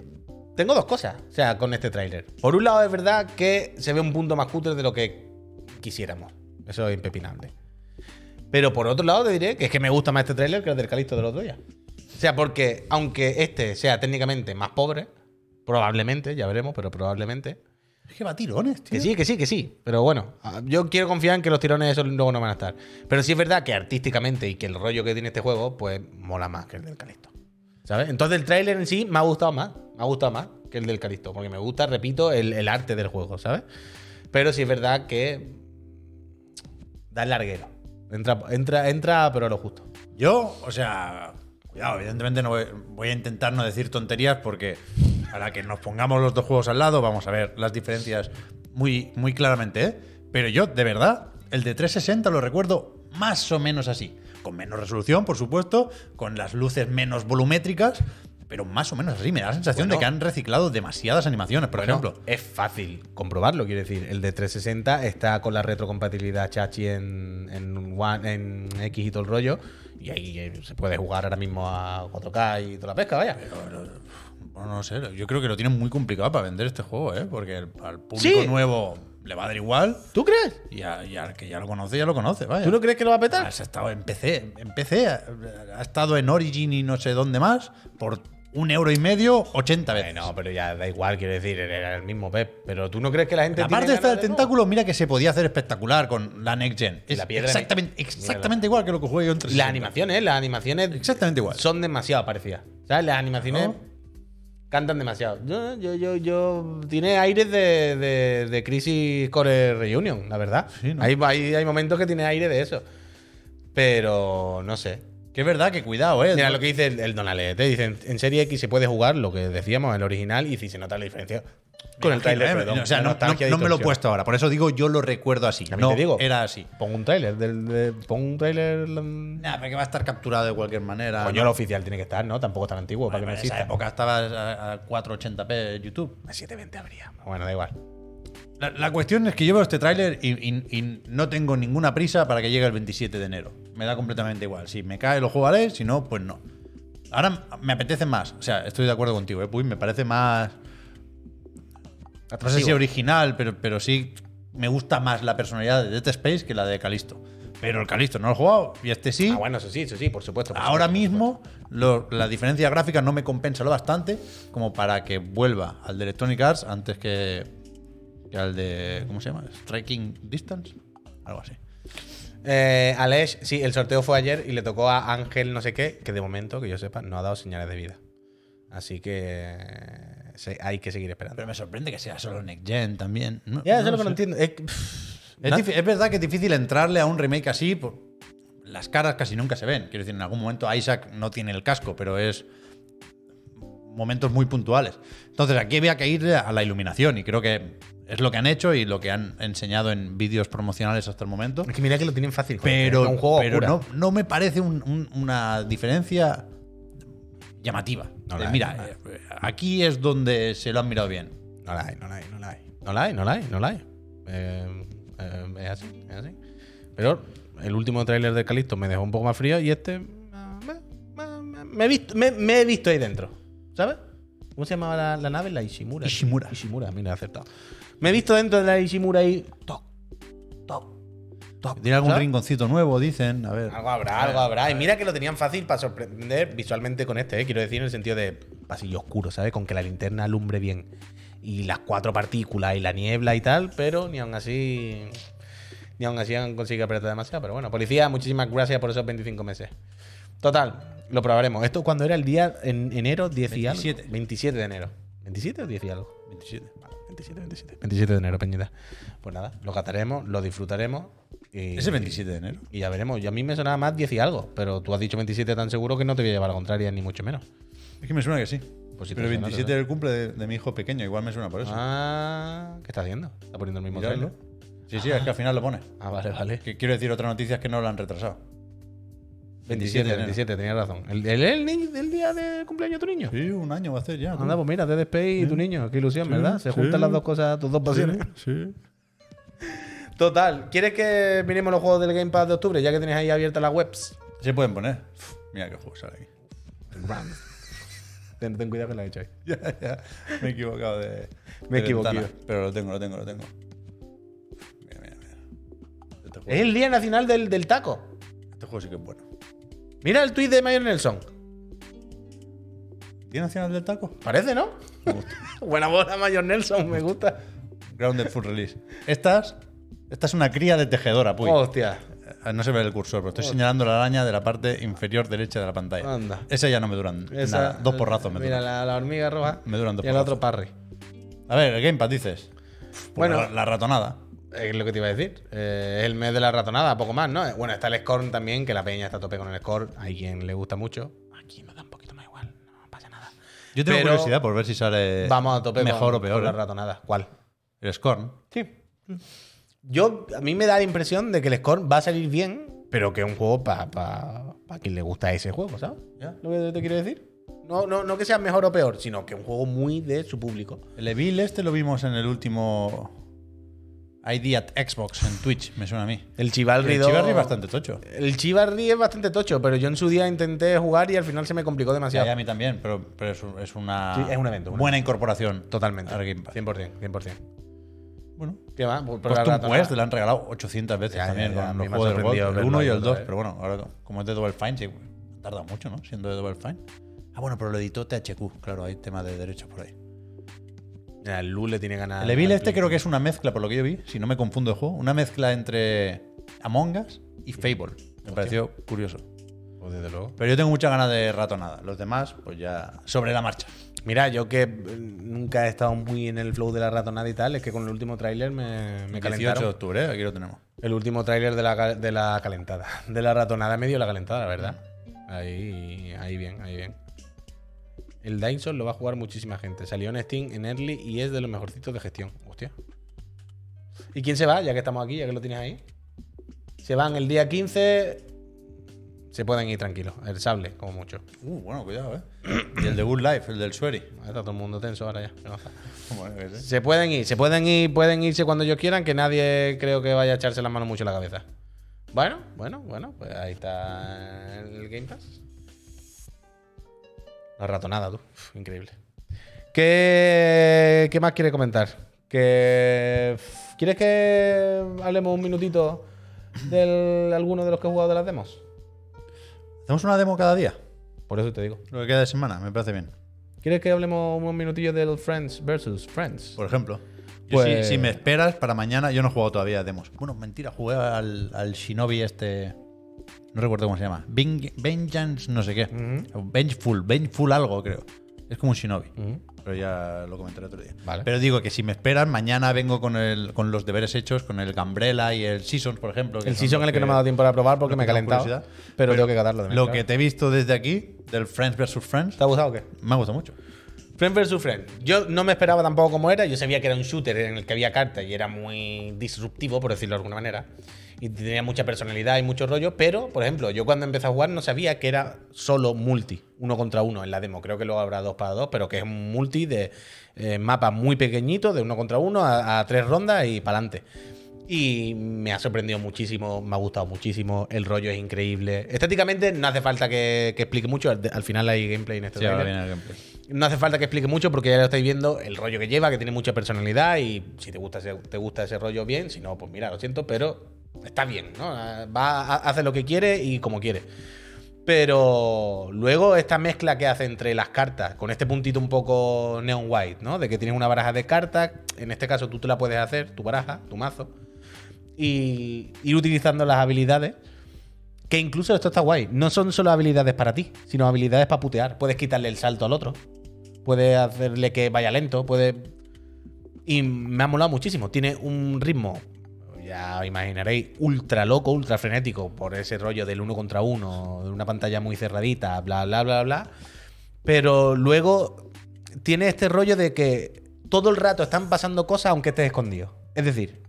Speaker 2: tengo dos cosas, o sea, con este tráiler. Por un lado es verdad que se ve un punto más cutre de lo que quisiéramos. Eso es impepinable. Pero por otro lado te diré que es que me gusta más este tráiler que el del Calisto de los días. O sea, porque aunque este sea técnicamente más pobre, probablemente, ya veremos, pero probablemente.
Speaker 1: Es que va a tirones, tío.
Speaker 2: Que sí, que sí, que sí. Pero bueno, ah, yo quiero confiar en que los tirones esos luego no van a estar. Pero sí es verdad que artísticamente y que el rollo que tiene este juego, pues mola más que el del Calisto. ¿Sabes? Entonces el tráiler en sí me ha gustado más. Me ha gustado más que el del Calisto. Porque me gusta, repito, el, el arte del juego, ¿sabes? Pero sí es verdad que. Da el larguero. Entra, entra, entra pero a lo justo.
Speaker 1: Yo, o sea, cuidado, evidentemente no voy, voy a intentar no decir tonterías porque a la que nos pongamos los dos juegos al lado vamos a ver las diferencias muy, muy claramente, ¿eh? Pero yo, de verdad, el de 360 lo recuerdo más o menos así. Con menos resolución, por supuesto, con las luces menos volumétricas, pero más o menos así. Me da la sensación
Speaker 2: Bueno.
Speaker 1: de que han reciclado demasiadas animaciones, por
Speaker 2: Bueno,
Speaker 1: ejemplo.
Speaker 2: Es fácil comprobarlo, quiero decir. El de 360 está con la retrocompatibilidad chachi en, en, One- en X y todo el rollo. Y ahí eh, se puede jugar ahora mismo a 4K y toda la pesca, vaya.
Speaker 1: Bueno, no sé, yo creo que lo tienen muy complicado para vender este juego, ¿eh? Porque el- al público
Speaker 2: Sí.
Speaker 1: nuevo le va a dar igual.
Speaker 2: ¿Tú crees?
Speaker 1: Y, a- y al que ya lo conoce, ya lo conoce, vaya.
Speaker 2: ¿Tú no crees que lo va a petar?
Speaker 1: Has estado en PC, en PC, ha, ha estado en Origin y no sé dónde más, por un euro y medio, 80 veces.
Speaker 2: Eh, no, pero ya da igual, quiero decir, era el mismo Pep. Pero tú no crees que la gente.
Speaker 1: La
Speaker 2: tiene
Speaker 1: parte esta
Speaker 2: ganas
Speaker 1: del
Speaker 2: de no?
Speaker 1: tentáculo, mira que se podía hacer espectacular con la Next Gen. Es
Speaker 2: la piedra de-
Speaker 1: exactamente, exactamente igual que lo que jugué yo en
Speaker 2: Y las
Speaker 1: 360.
Speaker 2: animaciones, las animaciones.
Speaker 1: Exactamente igual.
Speaker 2: Son demasiado parecidas. ¿Sabes? Las animaciones.
Speaker 1: Claro.
Speaker 2: Cantan demasiado. Yo, yo, yo, yo- Tiene aires de, de- de Crisis Core Reunion, la verdad.
Speaker 1: Sí, ¿no?
Speaker 2: hay, hay, hay momentos que tiene aire de eso. Pero no sé.
Speaker 1: Que es verdad que cuidado, eh.
Speaker 2: Mira
Speaker 1: No-
Speaker 2: lo que dice el, el Donale. Te dicen, en Serie X se puede jugar lo que decíamos, el original, y si se nota la diferencia con el
Speaker 1: imagino,
Speaker 2: trailer.
Speaker 1: eh,
Speaker 2: perdón,
Speaker 1: O sea,
Speaker 2: la
Speaker 1: no,
Speaker 2: nostalgia
Speaker 1: no- no me lo he
Speaker 2: distorsión.
Speaker 1: puesto ahora. Por eso digo, yo lo recuerdo así.
Speaker 2: También
Speaker 1: No
Speaker 2: te digo.
Speaker 1: era así.
Speaker 2: Pon un trailer. del- de- pon un trailer. mm,
Speaker 1: Nah, pero que va a estar capturado de cualquier manera.
Speaker 2: Coño,
Speaker 1: ¿no?
Speaker 2: el oficial tiene que estar, ¿no? Tampoco es tan antiguo para que no
Speaker 1: en
Speaker 2: exista.
Speaker 1: esa época estaba a, a 480p YouTube.
Speaker 2: A 720 habría. Bueno, da igual.
Speaker 1: La, la cuestión es que yo veo este tráiler y, y- y no tengo ninguna prisa para que llegue el 27 de enero. Me da completamente igual. Si me cae, lo jugaré. Si no, pues no. Ahora me apetece más. O sea, estoy de acuerdo contigo, ¿eh? Puy, me parece más. No sé si original, pero, pero sí me gusta más la personalidad de Dead Space que la de Calisto. Pero el Calisto no lo he jugado y este sí.
Speaker 2: Ah, bueno, eso sí, eso sí, por supuesto. por
Speaker 1: Ahora
Speaker 2: supuesto, por
Speaker 1: mismo lo- la diferencia gráfica no me compensa lo bastante como para que vuelva al de Electronic Arts antes que, que al de... ¿Cómo se llama? Striking Distance. Algo así.
Speaker 2: supuesto. Eh, Alej, sí, el sorteo fue ayer y le tocó a Ángel no sé qué, que de momento, que yo sepa, no ha dado señales de vida. Así que eh, se- hay que seguir esperando.
Speaker 1: Pero me sorprende que sea solo Next Gen también. No- no
Speaker 2: ya, eso es lo
Speaker 1: sé.
Speaker 2: que no entiendo. Es que, pff,
Speaker 1: Es,
Speaker 2: na-
Speaker 1: dif- es verdad que es difícil entrarle a un remake así. por- las caras casi nunca se ven. Quiero decir, en algún momento Isaac no tiene el casco, pero es momentos muy puntuales. Entonces aquí había que ir a la iluminación y creo que es lo que han hecho y lo que han enseñado en vídeos promocionales hasta el momento.
Speaker 2: es que mira que lo tienen fácil. joder,
Speaker 1: Pero,
Speaker 2: es un juego
Speaker 1: pero
Speaker 2: oscura.
Speaker 1: no, no me parece un- un- una diferencia llamativa.
Speaker 2: No
Speaker 1: Eh,
Speaker 2: la hay,
Speaker 1: mira,
Speaker 2: no la
Speaker 1: eh, aquí es donde se lo han mirado bien.
Speaker 2: No la hay, no la hay, no la hay. No la hay, no la hay, no la hay. Eh, eh, es así, es así. Pero el último tráiler de Calixto me dejó un poco más frío y este ah, me, me- me he, visto, me, me he visto ahí dentro. ¿Sabes? ¿Cómo se llamaba la, la nave? La Ishimura.
Speaker 1: Ishimura.
Speaker 2: Ishimura, mira, he acertado. Me he visto dentro de la Ishimura y... Toc, toc, toc.
Speaker 1: Tiene algún
Speaker 2: ¿sabes?
Speaker 1: rinconcito nuevo, dicen. A ver.
Speaker 2: Algo habrá, algo habrá. Y mira que lo tenían fácil para sorprender visualmente con este, ¿eh? quiero decir, en el sentido de pasillo oscuro, ¿sabes? Con que la linterna alumbre bien. Y las cuatro partículas y la niebla y tal, pero ni aún así. Ni aún así han conseguido apretar demasiado. Pero bueno, policía, muchísimas gracias por esos 25 meses. Total, lo probaremos. ¿Esto cuando era el día en enero? 10 y algo.
Speaker 1: 27.
Speaker 2: 27 de enero. ¿27 o 10 y algo?
Speaker 1: 27.
Speaker 2: Vale, 27, 27. 27 de enero, Peñita. Pues nada, lo cataremos, lo disfrutaremos. Y,
Speaker 1: Es el 27 de enero.
Speaker 2: y ya veremos. Yo a mí me sonaba más 10 y algo, pero tú has dicho 27 tan seguro que no te voy a llevar la contraria, ni mucho menos.
Speaker 1: Es que me suena que sí.
Speaker 2: Pues sí,
Speaker 1: Pero
Speaker 2: te suena,
Speaker 1: 27
Speaker 2: te
Speaker 1: es el cumple de, de mi hijo pequeño, igual me suena por eso.
Speaker 2: Ah, ¿qué está haciendo? Está poniendo el mismo
Speaker 1: Miradlo.
Speaker 2: trailer.
Speaker 1: Sí, sí, es que al final lo pone.
Speaker 2: Ah, vale, vale.
Speaker 1: Que quiero decir otra noticia es que no lo han retrasado.
Speaker 2: 27, 27, tenías razón. ¿El, el, el ni- el día de cumpleaños de tu niño?
Speaker 1: Sí, un año va a hacer ya. tú.
Speaker 2: Anda, pues mira, te Space y tu niño. Qué ilusión,
Speaker 1: Sí,
Speaker 2: ¿verdad? Se
Speaker 1: sí.
Speaker 2: juntan las dos cosas, tus dos pasiones.
Speaker 1: sí.
Speaker 2: Total, ¿quieres que miremos los juegos del Game Pass de octubre, ya que tenéis ahí abierta las webs?
Speaker 1: Se pueden poner. Uf, Mira qué juego sale aquí.
Speaker 2: Ram. Ten, ten cuidado que lo he hecho ahí.
Speaker 1: Ya, ya. Me he equivocado de.
Speaker 2: Me he
Speaker 1: de
Speaker 2: equivocado.
Speaker 1: ventana. Pero lo tengo, lo tengo, lo tengo. Mira, mira, mira. Este
Speaker 2: Es
Speaker 1: juego,
Speaker 2: el Día Nacional del, del Taco.
Speaker 1: este juego sí que es bueno.
Speaker 2: Mira el tuit de Mayor Nelson.
Speaker 1: ¿Día Nacional del Taco?
Speaker 2: Parece, ¿no?
Speaker 1: Me gusta.
Speaker 2: [laughs] Buena bola, Mayor Nelson, me gusta.
Speaker 1: Grounded Full Release. Estas. Esta es una cría de tejedora, puy.
Speaker 2: Hostia.
Speaker 1: Ah, No se ve el cursor, pero estoy señalando la araña de la parte inferior derecha de la pantalla.
Speaker 2: Anda.
Speaker 1: Esa ya no me duran
Speaker 2: Esa- eh,
Speaker 1: nada. Dos porrazos me
Speaker 2: Mira,
Speaker 1: duran.
Speaker 2: la, la hormiga roja.
Speaker 1: Me duran dos
Speaker 2: Y el
Speaker 1: porrazos.
Speaker 2: otro parry.
Speaker 1: A ver, el Gamepad dices. Bueno.
Speaker 2: Bueno.
Speaker 1: La, la ratonada.
Speaker 2: Es lo que te iba a decir. Eh, es el mes de la ratonada, poco más, ¿no? Eh, Bueno, está el Scorn también, que la peña está a tope con el Scorn. Hay quien le gusta mucho. A quien nos da un poquito más igual. No pasa nada.
Speaker 1: Yo tengo
Speaker 2: Pero
Speaker 1: curiosidad por ver si sale
Speaker 2: Vamos a tope
Speaker 1: Eh, mejor
Speaker 2: con-
Speaker 1: o peor.
Speaker 2: con la
Speaker 1: ¿eh?
Speaker 2: ratonada. ¿Cuál?
Speaker 1: El Scorn.
Speaker 2: Sí. Yo, a mí me da la impresión de que el Scorn va a salir bien, pero que es un juego para quien le gusta ese juego, ¿sabes?
Speaker 1: Ya.
Speaker 2: ¿Lo que te quiero decir? No, no, no que sea mejor o peor, sino que un juego muy de su público.
Speaker 1: El Evil este lo vimos en el último ID at Xbox en Twitch, me suena a mí.
Speaker 2: El Chivalry
Speaker 1: El
Speaker 2: 2
Speaker 1: Chivalry bastante tocho.
Speaker 2: El Chivalry es bastante tocho, pero yo en su día intenté jugar y al final se me complicó
Speaker 1: Ya,
Speaker 2: demasiado.
Speaker 1: ya a mí también, pero, pero es, un- es una
Speaker 2: Sí, es un evento, un
Speaker 1: buena incorporación
Speaker 2: Totalmente.
Speaker 1: al Gamepad.
Speaker 2: 100%, 100%.
Speaker 1: Bueno.
Speaker 2: ¿Qué va? Por- por la
Speaker 1: Custom
Speaker 2: ratona.
Speaker 1: Quest le han regalado 800 veces
Speaker 2: Ya, ya,
Speaker 1: también
Speaker 2: ya, a
Speaker 1: con
Speaker 2: mí
Speaker 1: los
Speaker 2: me ha
Speaker 1: juegos del golf,
Speaker 2: sorprendido
Speaker 1: el 1 y
Speaker 2: verlo
Speaker 1: el
Speaker 2: otra
Speaker 1: 2.
Speaker 2: vez.
Speaker 1: Pero bueno, ahora como es de Double Fine, sí, ha tardado mucho, ¿no? Siendo de Double Fine. Ah, bueno, pero lo editó THQ. Claro, hay temas de derechos por ahí.
Speaker 2: Mira, el Lul le tiene ganas.
Speaker 1: El Evil
Speaker 2: al
Speaker 1: este
Speaker 2: Play.
Speaker 1: creo que es una mezcla, por lo que yo vi, si no me confundo el juego, una mezcla entre Among Us y Fable. Me pareció curioso.
Speaker 2: Pues desde luego.
Speaker 1: Pero yo tengo muchas ganas de ratonada. Los demás, pues ya sobre la marcha.
Speaker 2: Mira, yo que eh, nunca he estado muy en el flow de la ratonada y tal, es que con el último tráiler me, me
Speaker 1: 18 de
Speaker 2: calentaron.
Speaker 1: octubre, ¿eh? aquí lo tenemos.
Speaker 2: El último tráiler de la, ca- de la calentada. De la ratonada me dio la calentada, la verdad. Ahí, ahí bien, ahí bien. El Dyson lo va a jugar muchísima gente. Salió en Steam, en Early y es de los mejorcitos de gestión. Hostia. ¿Y quién se va? Ya que estamos aquí, ya que lo tienes ahí. Se van el día 15. Se pueden ir tranquilos. El sable, como mucho.
Speaker 1: Uh, bueno, cuidado, ¿eh? y el de Good Life, el del Sueri.
Speaker 2: Está todo el mundo tenso ahora ya. ¿Qué pasa?
Speaker 1: Bueno, yo qué sé.
Speaker 2: Se pueden ir, se pueden ir, pueden irse cuando ellos quieran, que nadie creo que vaya a echarse la mano mucho en la cabeza. Bueno, bueno, bueno, pues ahí está el Game Pass. La ratonada, tú. Uf, increíble. ¿Qué, qué más quieres comentar? Que, f- ¿Quieres que hablemos un minutito de alguno de los que he jugado de las demos?
Speaker 1: Hacemos una demo cada día,
Speaker 2: Por eso te digo.
Speaker 1: lo que queda de semana, me parece bien.
Speaker 2: ¿Quieres que hablemos unos minutillos del Friends versus Friends?
Speaker 1: Por ejemplo, yo
Speaker 2: Pues-
Speaker 1: si, si me esperas para mañana, yo no he jugado todavía a demos. Bueno, mentira, jugué al, al Shinobi este. No recuerdo cómo se llama. Veng- Vengeance, no sé qué. Vengeful, Vengeful algo, creo. Es como un Shinobi.
Speaker 2: Ujú.
Speaker 1: Pero ya lo comentaré otro día.
Speaker 2: Vale.
Speaker 1: Pero digo que si me esperan, mañana vengo con, el, con los deberes hechos, con el Gambrella y el Seasons, por ejemplo. que
Speaker 2: El
Speaker 1: son
Speaker 2: season
Speaker 1: los
Speaker 2: en el que no me ha dado tiempo para probar porque
Speaker 1: los
Speaker 2: me he
Speaker 1: que tengo
Speaker 2: calentado. Pero,
Speaker 1: curiosidad.
Speaker 2: tengo que catarlo de
Speaker 1: Lo que te he visto desde aquí, del Friends vs. Friends,
Speaker 2: ¿Te ha gustado o qué?
Speaker 1: me ha gustado mucho.
Speaker 2: Friend vs. Friend. Yo no me esperaba tampoco cómo era. Yo sabía que era un shooter en el que había cartas y era muy disruptivo, por decirlo de alguna manera. Y tenía mucha personalidad y mucho rollo. Pero, por ejemplo, yo cuando empecé a jugar no sabía que era solo multi, uno contra uno en la demo. Creo que luego habrá dos para dos, pero que es un multi de eh, mapas muy pequeñitos, de uno contra uno a, a tres rondas y para adelante. Y me ha sorprendido muchísimo, me ha gustado muchísimo, el rollo es increíble. Estéticamente no hace falta que, que explique mucho, al, al final hay gameplay en este
Speaker 1: Sí, ahora
Speaker 2: tráiler.
Speaker 1: viene el gameplay.
Speaker 2: No hace falta que explique mucho porque ya lo estáis viendo, el rollo que lleva, que tiene mucha personalidad y si te gusta ese, te gusta ese rollo bien, si no, pues mira, lo siento, pero está bien, ¿no? Ah, Va, a- hace lo que quiere y como quiere. Pero luego esta mezcla que hace entre las cartas, con este puntito un poco neon white, ¿no? De que tienes una baraja de cartas, en este caso tú te la puedes hacer, tu baraja, tu mazo, y ir utilizando las habilidades. Que incluso esto está guay. No son solo habilidades para ti, sino habilidades para putear. Puedes quitarle el salto al otro. Puedes hacerle que vaya lento. Puedes. Y me ha molado muchísimo. Tiene un ritmo, ya imaginaréis, ultra loco, ultra frenético. Por ese rollo del uno contra uno, de una pantalla muy cerradita, bla, bla, bla, bla. Pero luego tiene este rollo de que todo el rato están pasando cosas aunque estés escondido. Es decir,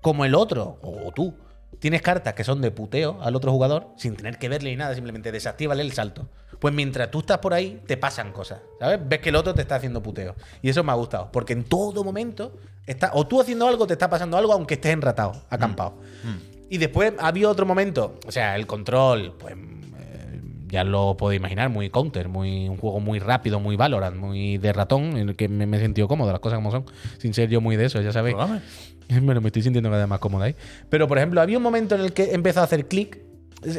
Speaker 2: como el otro, o tú, tienes cartas que son de puteo al otro jugador sin tener que verle ni nada, simplemente desactívale el salto. Pues mientras tú estás por ahí, te pasan cosas, ¿sabes? Ves que el otro te está haciendo puteo. Y eso me ha gustado, porque en todo momento, está, o tú haciendo algo, te está pasando algo, aunque estés enratado, acampado. Y después había otro momento, o sea, el control, pues eh, ya lo puedo imaginar, muy counter, muy un juego muy rápido, muy Valorant, muy de ratón, en el que me, me he sentido cómodo, las cosas como son, sin ser yo muy de eso, ya sabéis.
Speaker 1: Programa.
Speaker 2: Bueno, [laughs] me estoy sintiendo cada vez más cómodo ahí. Pero, por ejemplo, había un momento en el que empezó a hacer clic.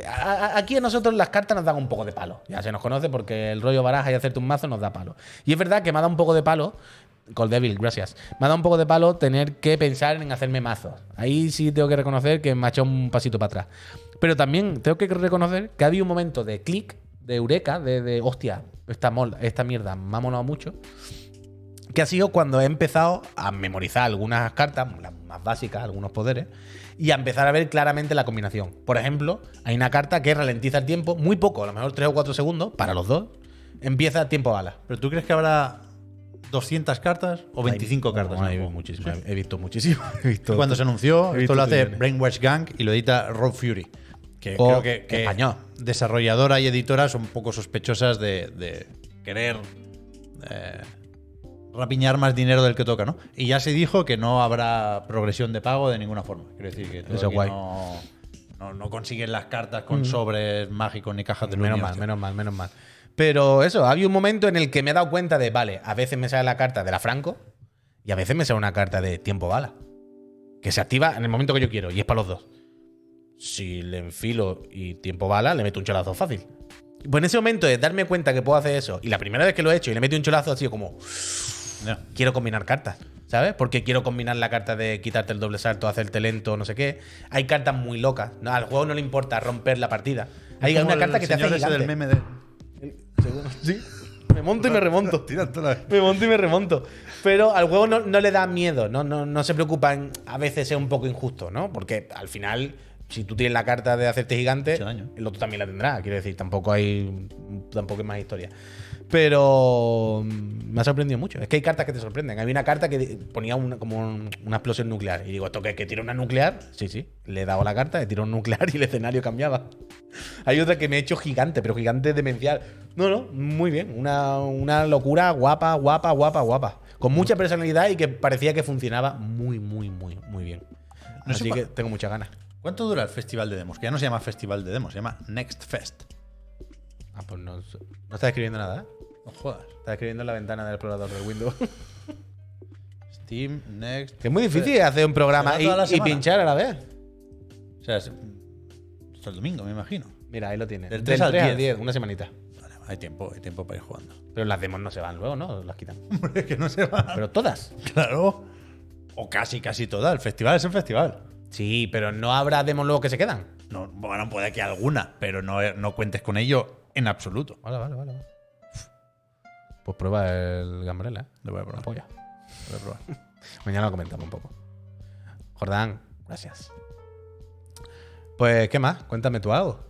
Speaker 2: A- a- Aquí a nosotros las cartas nos dan un poco de palo. Ya se nos conoce porque el rollo baraja y hacerte un mazo nos da palo. Y es verdad que me ha dado un poco de palo. Cold Devil, gracias. Me ha dado un poco de palo tener que pensar en hacerme mazos. Ahí sí tengo que reconocer que me ha echado un pasito para atrás. Pero también tengo que reconocer que había un momento de clic, de eureka, de, de, hostia, esta, mol- esta mierda me ha molado mucho que ha sido cuando he empezado a memorizar algunas cartas, las más básicas, algunos poderes, y a empezar a ver claramente la combinación. Por ejemplo, hay una carta que ralentiza el tiempo, muy poco, a lo mejor 3 o 4 segundos, para los dos, empieza el tiempo bala.
Speaker 1: ¿Pero tú crees que habrá 200 cartas o 25
Speaker 2: Hay-
Speaker 1: cartas?
Speaker 2: Bueno,
Speaker 1: en el
Speaker 2: hay
Speaker 1: juego?
Speaker 2: muchísimo, he visto muchísimo. [laughs] He visto
Speaker 1: Cuando se anunció,
Speaker 2: He visto
Speaker 1: esto lo hace
Speaker 2: millones.
Speaker 1: Brainwash Gang y lo edita Rob Fury. Que
Speaker 2: Oh,
Speaker 1: creo que, que
Speaker 2: español.
Speaker 1: desarrolladora y editora son un poco sospechosas de, de querer eh, rapiñar más dinero del que toca, ¿no? Y ya se dijo que no habrá progresión de pago de ninguna forma. Quiero decir que tú
Speaker 2: Eso
Speaker 1: aquí
Speaker 2: guay. Mm.
Speaker 1: No, no, no consiguen las cartas con sobres mágicos ni cajas de
Speaker 2: menos
Speaker 1: luz,
Speaker 2: mal,
Speaker 1: hostia.
Speaker 2: menos mal, menos mal. Pero eso, había un momento en el que me he dado cuenta de, vale, a veces me sale la carta de la Franco Y a veces me sale una carta de tiempo bala. Que se activa en el momento que yo quiero. Y es para los dos. Si le enfilo y tiempo bala, le meto un cholazo fácil. Pues en ese momento de darme cuenta que puedo hacer eso. Y la primera vez que lo he hecho y le metí un cholazo, ha sido como
Speaker 1: Ya.
Speaker 2: quiero combinar cartas, ¿sabes? Porque quiero combinar la carta de quitarte el doble salto, hacerte lento, no sé qué. Hay cartas muy locas. No, al juego no le importa romper la partida. Hay
Speaker 1: Es como
Speaker 2: una
Speaker 1: el
Speaker 2: carta que te hace
Speaker 1: señor ese
Speaker 2: gigante.
Speaker 1: del meme de.
Speaker 2: Sí. Me monto y me remonto.
Speaker 1: Tira toda la-
Speaker 2: Me monto y me remonto. Pero al juego no, no le da miedo, no, no, no se preocupa en a veces es un poco injusto, ¿no? Porque al final, si tú tienes la carta de hacerte gigante,
Speaker 1: Mucho daño.
Speaker 2: el otro también la tendrá. Quiero decir, tampoco hay. Tampoco hay más historia. Pero mm, me ha sorprendido mucho. Es que hay cartas que te sorprenden. Había una carta que di- ponía una, como un- una explosión nuclear. Y digo, ¿esto qué? ¿Que tira una nuclear? Sí, sí. Le he dado la carta, he tirado un nuclear y el escenario cambiaba. Hay otra que me he hecho gigante, pero gigante demencial. No, no, muy bien. Una, una locura guapa, guapa, guapa, guapa. Con mucha personalidad y que parecía que funcionaba muy, muy, muy, muy bien.
Speaker 1: No sé
Speaker 2: Así
Speaker 1: pa-
Speaker 2: que tengo muchas ganas.
Speaker 1: ¿Cuánto dura el festival de demos? Que ya no se llama festival de demos, se llama Next Fest.
Speaker 2: Ah, pues no, no estás escribiendo nada. ¿eh?
Speaker 1: No jodas.
Speaker 2: Estás escribiendo en la ventana del explorador del Windows. [laughs]
Speaker 1: Steam, Next.
Speaker 2: que es muy difícil hacer un programa
Speaker 1: Será
Speaker 2: y,
Speaker 1: toda la
Speaker 2: y
Speaker 1: semana.
Speaker 2: pinchar a la vez.
Speaker 1: O sea, es- hasta el domingo, me imagino.
Speaker 2: Mira, ahí lo tienes.
Speaker 1: Del
Speaker 2: Del
Speaker 1: tres
Speaker 2: 3
Speaker 1: al
Speaker 2: al 10.
Speaker 1: 10,
Speaker 2: una semanita.
Speaker 1: Vale, hay tiempo, hay tiempo para ir jugando. [laughs]
Speaker 2: Pero las demos no se van luego, ¿no? Las quitan.
Speaker 1: Hombre, que no se va.
Speaker 2: Pero todas.
Speaker 1: Claro. O casi, casi toda. El festival es el festival.
Speaker 2: Sí, pero no habrá demos luego que se quedan.
Speaker 1: No, bueno, puede que alguna, pero no, no cuentes con ello en absoluto.
Speaker 2: Vale, vale, vale. vale. Pues prueba el Gambrela, ¿eh?
Speaker 1: Lo voy a probar.
Speaker 2: Apoya.
Speaker 1: lo voy a probar.
Speaker 2: Mañana lo comentamos un poco. Jordán, gracias. Pues, ¿qué más? Cuéntame tú algo.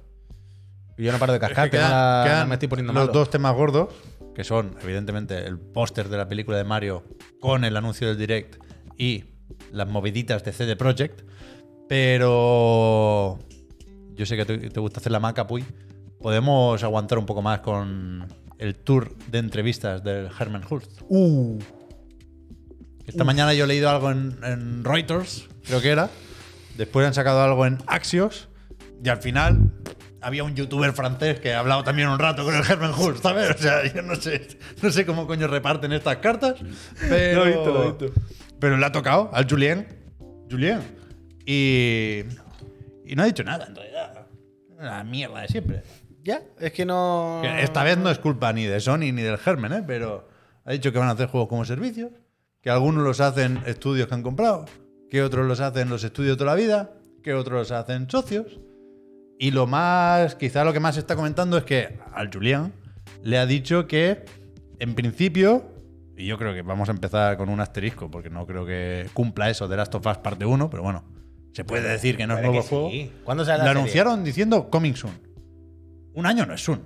Speaker 2: Yo no paro de cascar,
Speaker 1: Es que
Speaker 2: que no
Speaker 1: quedan-
Speaker 2: la- no
Speaker 1: quedan
Speaker 2: me estoy poniendo
Speaker 1: los
Speaker 2: malo.
Speaker 1: dos temas gordos, que son, evidentemente, el póster de la película de Mario con el anuncio del Direct y las moviditas de CD Projekt. Pero yo sé que te, te gusta hacer la maca, Puy. Podemos aguantar un poco más con el tour de entrevistas del Herman Hulst.
Speaker 2: Uh,
Speaker 1: Esta mañana yo he leído algo en, en Reuters, creo que era. Después han sacado algo en Axios. Y al final había un youtuber francés que ha hablado también un rato con el Herman Hulst, ¿sabes? O sea, yo no sé, no sé cómo coño reparten estas cartas. Pero,
Speaker 2: Lo he visto, lo he visto.
Speaker 1: Pero le ha tocado al Julien. Julien. Y, y no ha dicho nada, en realidad. La mierda de siempre.
Speaker 2: ya, es que no.
Speaker 1: Que Esta vez no es culpa ni de Sony ni del Germen, ¿eh? pero ha dicho que van a hacer juegos como servicios, que algunos los hacen estudios que han comprado, que otros los hacen los estudios de toda la vida, que otros los hacen socios. Y lo más, quizá lo que más se está comentando es que al Julián le ha dicho que, en principio, y yo creo que vamos a empezar con un asterisco, porque no creo que cumpla eso de Last of Us parte 1, pero bueno, se puede decir que no es
Speaker 2: Puede
Speaker 1: nuevo
Speaker 2: que
Speaker 1: juego.
Speaker 2: sí. ¿Cuándo sale la
Speaker 1: Lo
Speaker 2: serie?
Speaker 1: anunciaron diciendo coming soon. Un año no es soon.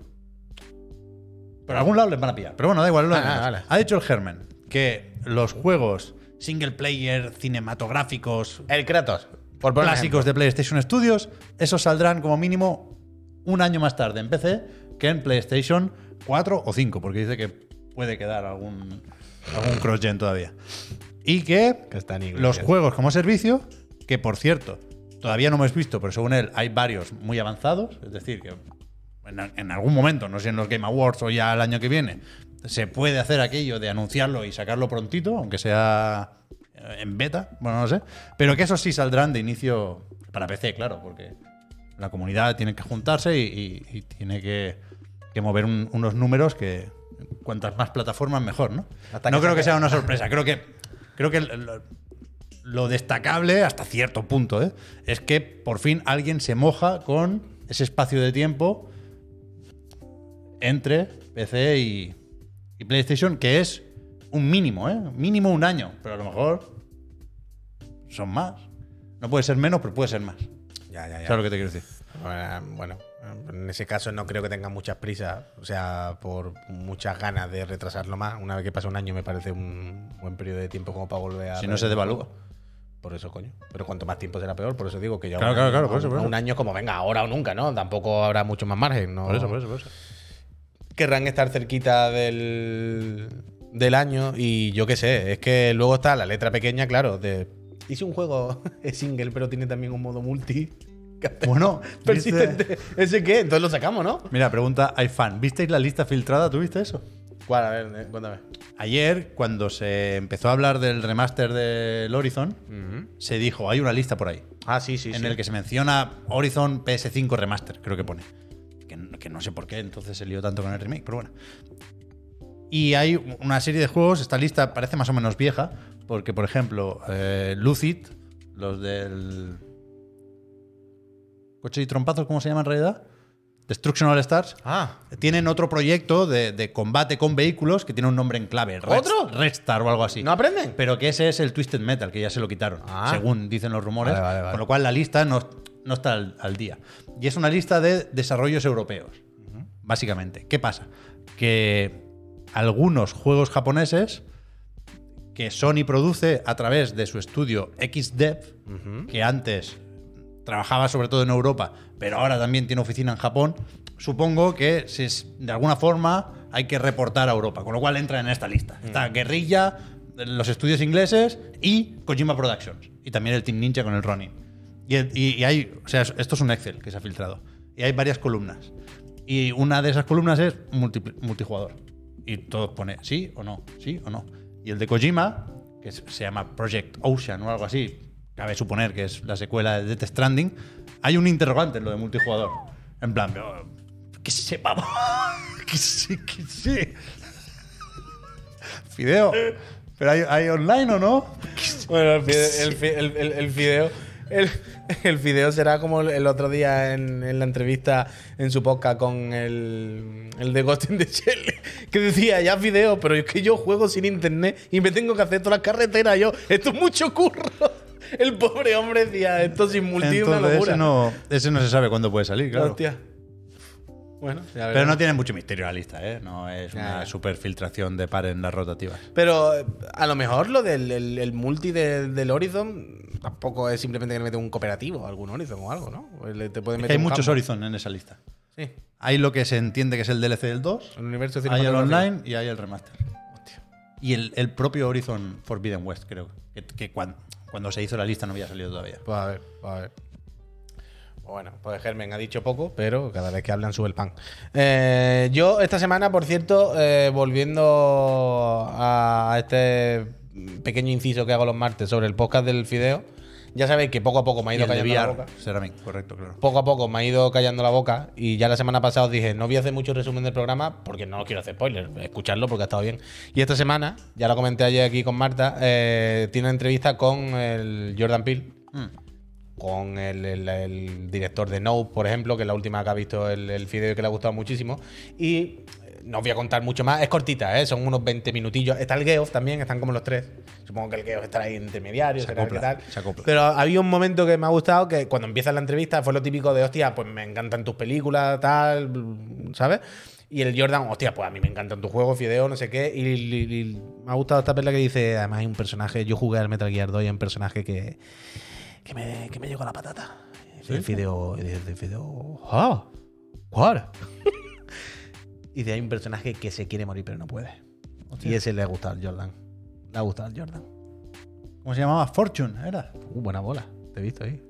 Speaker 1: Pero algún lado les van a pillar. Pero bueno, da igual. es lo de
Speaker 2: Ah,
Speaker 1: menos.
Speaker 2: vale.
Speaker 1: Ha dicho el Germen que los juegos single player, cinematográficos,
Speaker 2: El Kratos. Por poner un
Speaker 1: clásicos de PlayStation Studios, esos saldrán como mínimo un año más tarde en PC que en PlayStation 4 o 5, porque dice que puede quedar algún, algún cross-gen todavía. Y que
Speaker 2: ejemplo. Que está en inglés.
Speaker 1: los juegos como servicio, que por cierto, todavía no hemos visto, pero según él hay varios muy avanzados, es decir, que en, en algún momento, no sé en los Game Awards o ya el año que viene, se puede hacer aquello de anunciarlo y sacarlo prontito, aunque sea eh, en beta, bueno, no sé, pero que esos sí saldrán de inicio para PC, claro, porque la comunidad tiene que juntarse y, y- y tiene que, que mover un- unos números que cuantas más plataformas mejor, ¿no?
Speaker 2: Hasta
Speaker 1: no
Speaker 2: que
Speaker 1: creo que
Speaker 2: saque-
Speaker 1: sea una sorpresa, creo que creo que el- el- lo destacable hasta cierto punto ¿eh? es que por fin alguien se moja con ese espacio de tiempo entre PC y, y PlayStation, que es un mínimo, ¿eh? mínimo un año, pero a lo mejor son más. No puede ser menos, pero puede ser más.
Speaker 2: Ya, ya, ya.
Speaker 1: ¿Sabes lo que te quiero decir?
Speaker 2: Bueno, Ah, bueno, en ese caso no creo que tengan muchas prisas, o sea, por muchas ganas de retrasarlo más. Una vez que pasa un año me parece un buen periodo de tiempo como para volver a...
Speaker 1: Si no se devalúa.
Speaker 2: Por eso, coño. Pero cuanto más tiempo será peor, por eso digo que ya...
Speaker 1: Claro,
Speaker 2: un
Speaker 1: claro,
Speaker 2: año-
Speaker 1: claro, por
Speaker 2: a
Speaker 1: eso,
Speaker 2: un-
Speaker 1: por
Speaker 2: a
Speaker 1: eso.
Speaker 2: Un año como venga, ahora o nunca, ¿no? Tampoco habrá mucho más margen, ¿no?
Speaker 1: por eso.
Speaker 2: Querrán estar cerquita del, del año y yo qué sé, es que luego está la letra pequeña, claro, de... Hice un juego [laughs] es single, pero tiene también un modo multi.
Speaker 1: [laughs] Bueno, dice-
Speaker 2: Persistente. ¿Ese qué? Entonces lo sacamos, ¿no?
Speaker 1: mira, pregunta iFan. ¿Visteis la lista filtrada? ¿Tuviste eso?
Speaker 2: ¿Cuál? A ver, eh, cuéntame.
Speaker 1: Ayer, cuando se empezó a hablar del remaster del Horizon, se dijo, hay una lista por ahí,
Speaker 2: Ah, sí, sí,
Speaker 1: en
Speaker 2: sí.
Speaker 1: el que se menciona Horizon PS5 Remaster, creo que pone. Que, n- que no sé por qué, entonces se lió tanto con el remake, pero bueno. Y hay una serie de juegos, esta lista parece más o menos vieja, porque por ejemplo, eh, Lucid, los del... Coche y trompazos, ¿cómo se llama en realidad? Destruction All Stars.
Speaker 2: Ah,
Speaker 1: Tienen otro proyecto de, de combate con vehículos que tiene un nombre en clave. Red-
Speaker 2: ¿Otro?
Speaker 1: Red Star o algo así.
Speaker 2: ¿No aprenden?
Speaker 1: Pero que ese es el Twisted Metal, que ya se lo quitaron,
Speaker 2: Ah.
Speaker 1: según dicen los rumores.
Speaker 2: Vale, vale, vale.
Speaker 1: Con lo cual la lista no, no está al, al día. Y es una lista de desarrollos europeos, básicamente. ¿Qué pasa? Que algunos juegos japoneses que Sony produce a través de su estudio XDev, que antes trabajaba sobre todo en Europa, pero ahora también tiene oficina en Japón, supongo que si es- de alguna forma hay que reportar a Europa, con lo cual entra en esta lista. Está Guerrilla, los estudios ingleses y Kojima Productions. Y también el Team Ninja con el Ronin. Y, el- y- y hay, o sea, esto es un Excel que se ha filtrado. Y hay varias columnas. Y una de esas columnas es multi- multijugador. Y todos pone sí o no, sí o no. Y el de Kojima, que es- se llama Project Ocean o algo así, cabe suponer que es la secuela de Death Stranding, hay un interrogante en lo de multijugador. En plan, pero, que sé, vamos, [laughs] que sé, que sé. [laughs] Fideo, ¿pero hay, hay online o no?
Speaker 2: Bueno, el fideo. El, fi- el- el- el fideo el, el fideo será como el, el otro día en, en la entrevista en su podcast con el, el de Ghost in the Shell, que decía, ya fideo, pero es que yo juego sin internet y me tengo que hacer todas las carreteras yo. Esto es mucho curro. El pobre hombre decía, esto sin multi es una
Speaker 1: Entonces,
Speaker 2: locura.
Speaker 1: ese no, ese no se sabe cuándo puede salir, claro.
Speaker 2: Hostia. Bueno, ya
Speaker 1: Pero
Speaker 2: veremos.
Speaker 1: no tiene mucho misterio la lista, ¿eh? No es una
Speaker 2: ya.
Speaker 1: superfiltración de par en las rotativas.
Speaker 2: Pero eh, a lo mejor lo del el- el multi de- del Horizon tampoco es simplemente que le mete un cooperativo a algún Horizon o algo, ¿no? O le- Te pueden
Speaker 1: Es que
Speaker 2: meter
Speaker 1: hay
Speaker 2: un
Speaker 1: muchos
Speaker 2: campo.
Speaker 1: Horizon en esa lista.
Speaker 2: Sí,
Speaker 1: Hay lo que se entiende que es el DLC del 2,
Speaker 2: el universo
Speaker 1: hay el
Speaker 2: cinematográfico.
Speaker 1: online y hay el remaster. Y el, el propio Horizon Forbidden West, creo. Que, que cuan- cuando, se hizo la lista no había salido todavía.
Speaker 2: Pues a ver, pues a ver. Bueno, pues Germen ha dicho poco, pero cada vez que hablan sube el pan. Eh, yo esta semana, por cierto, eh, volviendo a este pequeño inciso que hago los martes sobre el podcast del Fideo, ya sabéis que poco a poco me ha
Speaker 1: Y
Speaker 2: ido
Speaker 1: el de
Speaker 2: cayendo la
Speaker 1: VR,
Speaker 2: boca.
Speaker 1: Ceramic, correcto, claro.
Speaker 2: poco a poco me ha ido callando la boca y ya la semana pasada os dije, no voy a hacer mucho resumen del programa porque no quiero hacer spoiler, escucharlo porque ha estado bien. Y esta semana, ya lo comenté ayer aquí con Marta, eh, tiene una entrevista con el Jordan Peele,
Speaker 1: Mm.
Speaker 2: con el, el- el director de No, por ejemplo, que es la última que ha visto el, el video y que le ha gustado muchísimo. Y eh, no os voy a contar mucho más, es cortita, ¿eh? son unos 20 minutillos. Está el Geoff también, están como los tres. Supongo que el Geoff estará ahí intermediario,
Speaker 1: Se
Speaker 2: será el que
Speaker 1: acopla,
Speaker 2: tal.
Speaker 1: se acopla.
Speaker 2: Pero había un momento que me ha gustado que cuando empieza la entrevista fue lo típico de, hostia, pues me encantan tus películas, tal, ¿sabes? Y el Jordan, hostia, pues a mí me encantan tus juegos, Fideo, no sé qué. Y, y- y me ha gustado esta perla que dice, además hay un personaje, yo jugué al Metal Gear 2 y hay un personaje que, que, me, que me llegó la patata. Y el Fideo, y dice, Fideo, ah, ¿cuál? [laughs] y de hay un personaje que se quiere morir pero no puede. Y ese le ha gustado al Jordan. Le ha gustado al Jordan.
Speaker 1: ¿Cómo se llamaba? Fortune, era.
Speaker 2: Uh, buena bola. Te he visto ahí.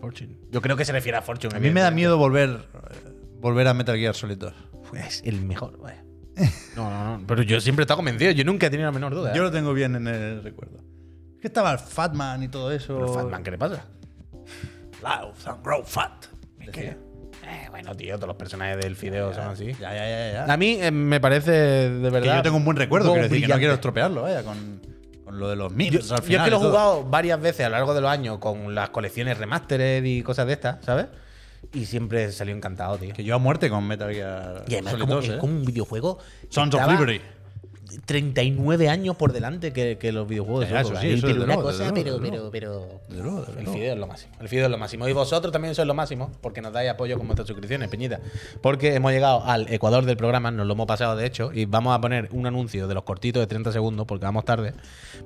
Speaker 2: Fortune. Yo creo que se refiere a Fortune.
Speaker 1: A mí me da miedo volver, eh, volver a Metal Gear Solid 2.
Speaker 2: Es el mejor, vaya. [laughs] No, no, no. Pero yo siempre he estado convencido. Yo nunca he tenido la menor duda. ¿eh?
Speaker 1: Yo lo tengo bien en el recuerdo. Es que estaba el Fatman y todo eso.
Speaker 2: Pero Fatman, ¿qué le pasa?
Speaker 1: Loud and grow fat.
Speaker 2: que-
Speaker 1: decía.
Speaker 2: Eh, bueno, tío, todos los personajes del Fideo son así.
Speaker 1: Ya, ya, ya, ya.
Speaker 2: A mí eh, me parece, de
Speaker 1: Que
Speaker 2: verdad.
Speaker 1: yo tengo un buen recuerdo,
Speaker 2: juego
Speaker 1: quiero decir, que no
Speaker 2: brillante.
Speaker 1: quiero estropearlo, vaya, con, con lo de los
Speaker 2: Yo,
Speaker 1: memes al
Speaker 2: yo
Speaker 1: final.
Speaker 2: es que lo he
Speaker 1: y todo.
Speaker 2: jugado varias veces a lo largo de los años con las colecciones remastered y cosas de estas, ¿sabes? Y siempre salió encantado, tío.
Speaker 1: Que yo a muerte con Metal Gear
Speaker 2: Y además
Speaker 1: Solid
Speaker 2: como,
Speaker 1: 2,
Speaker 2: es
Speaker 1: ¿eh?
Speaker 2: como un videojuego. que
Speaker 1: Sons of
Speaker 2: estaba
Speaker 1: Liberty.
Speaker 2: 39 años por delante que, que los videojuegos.
Speaker 1: Ya, eso
Speaker 2: otro,
Speaker 1: sí,
Speaker 2: ¿eh?
Speaker 1: eso
Speaker 2: pero
Speaker 1: desde
Speaker 2: una
Speaker 1: luego,
Speaker 2: cosa,
Speaker 1: desde
Speaker 2: pero,
Speaker 1: luego,
Speaker 2: pero, pero.
Speaker 1: Desde luego, desde
Speaker 2: El
Speaker 1: luego.
Speaker 2: fideo es lo máximo. El fideo es lo máximo. Y vosotros también sois lo máximo, porque nos dais apoyo con vuestras suscripciones, Peñita. Porque hemos llegado al ecuador del programa, nos lo hemos pasado de hecho, y vamos a poner un anuncio de los cortitos de 30 segundos, porque vamos tarde.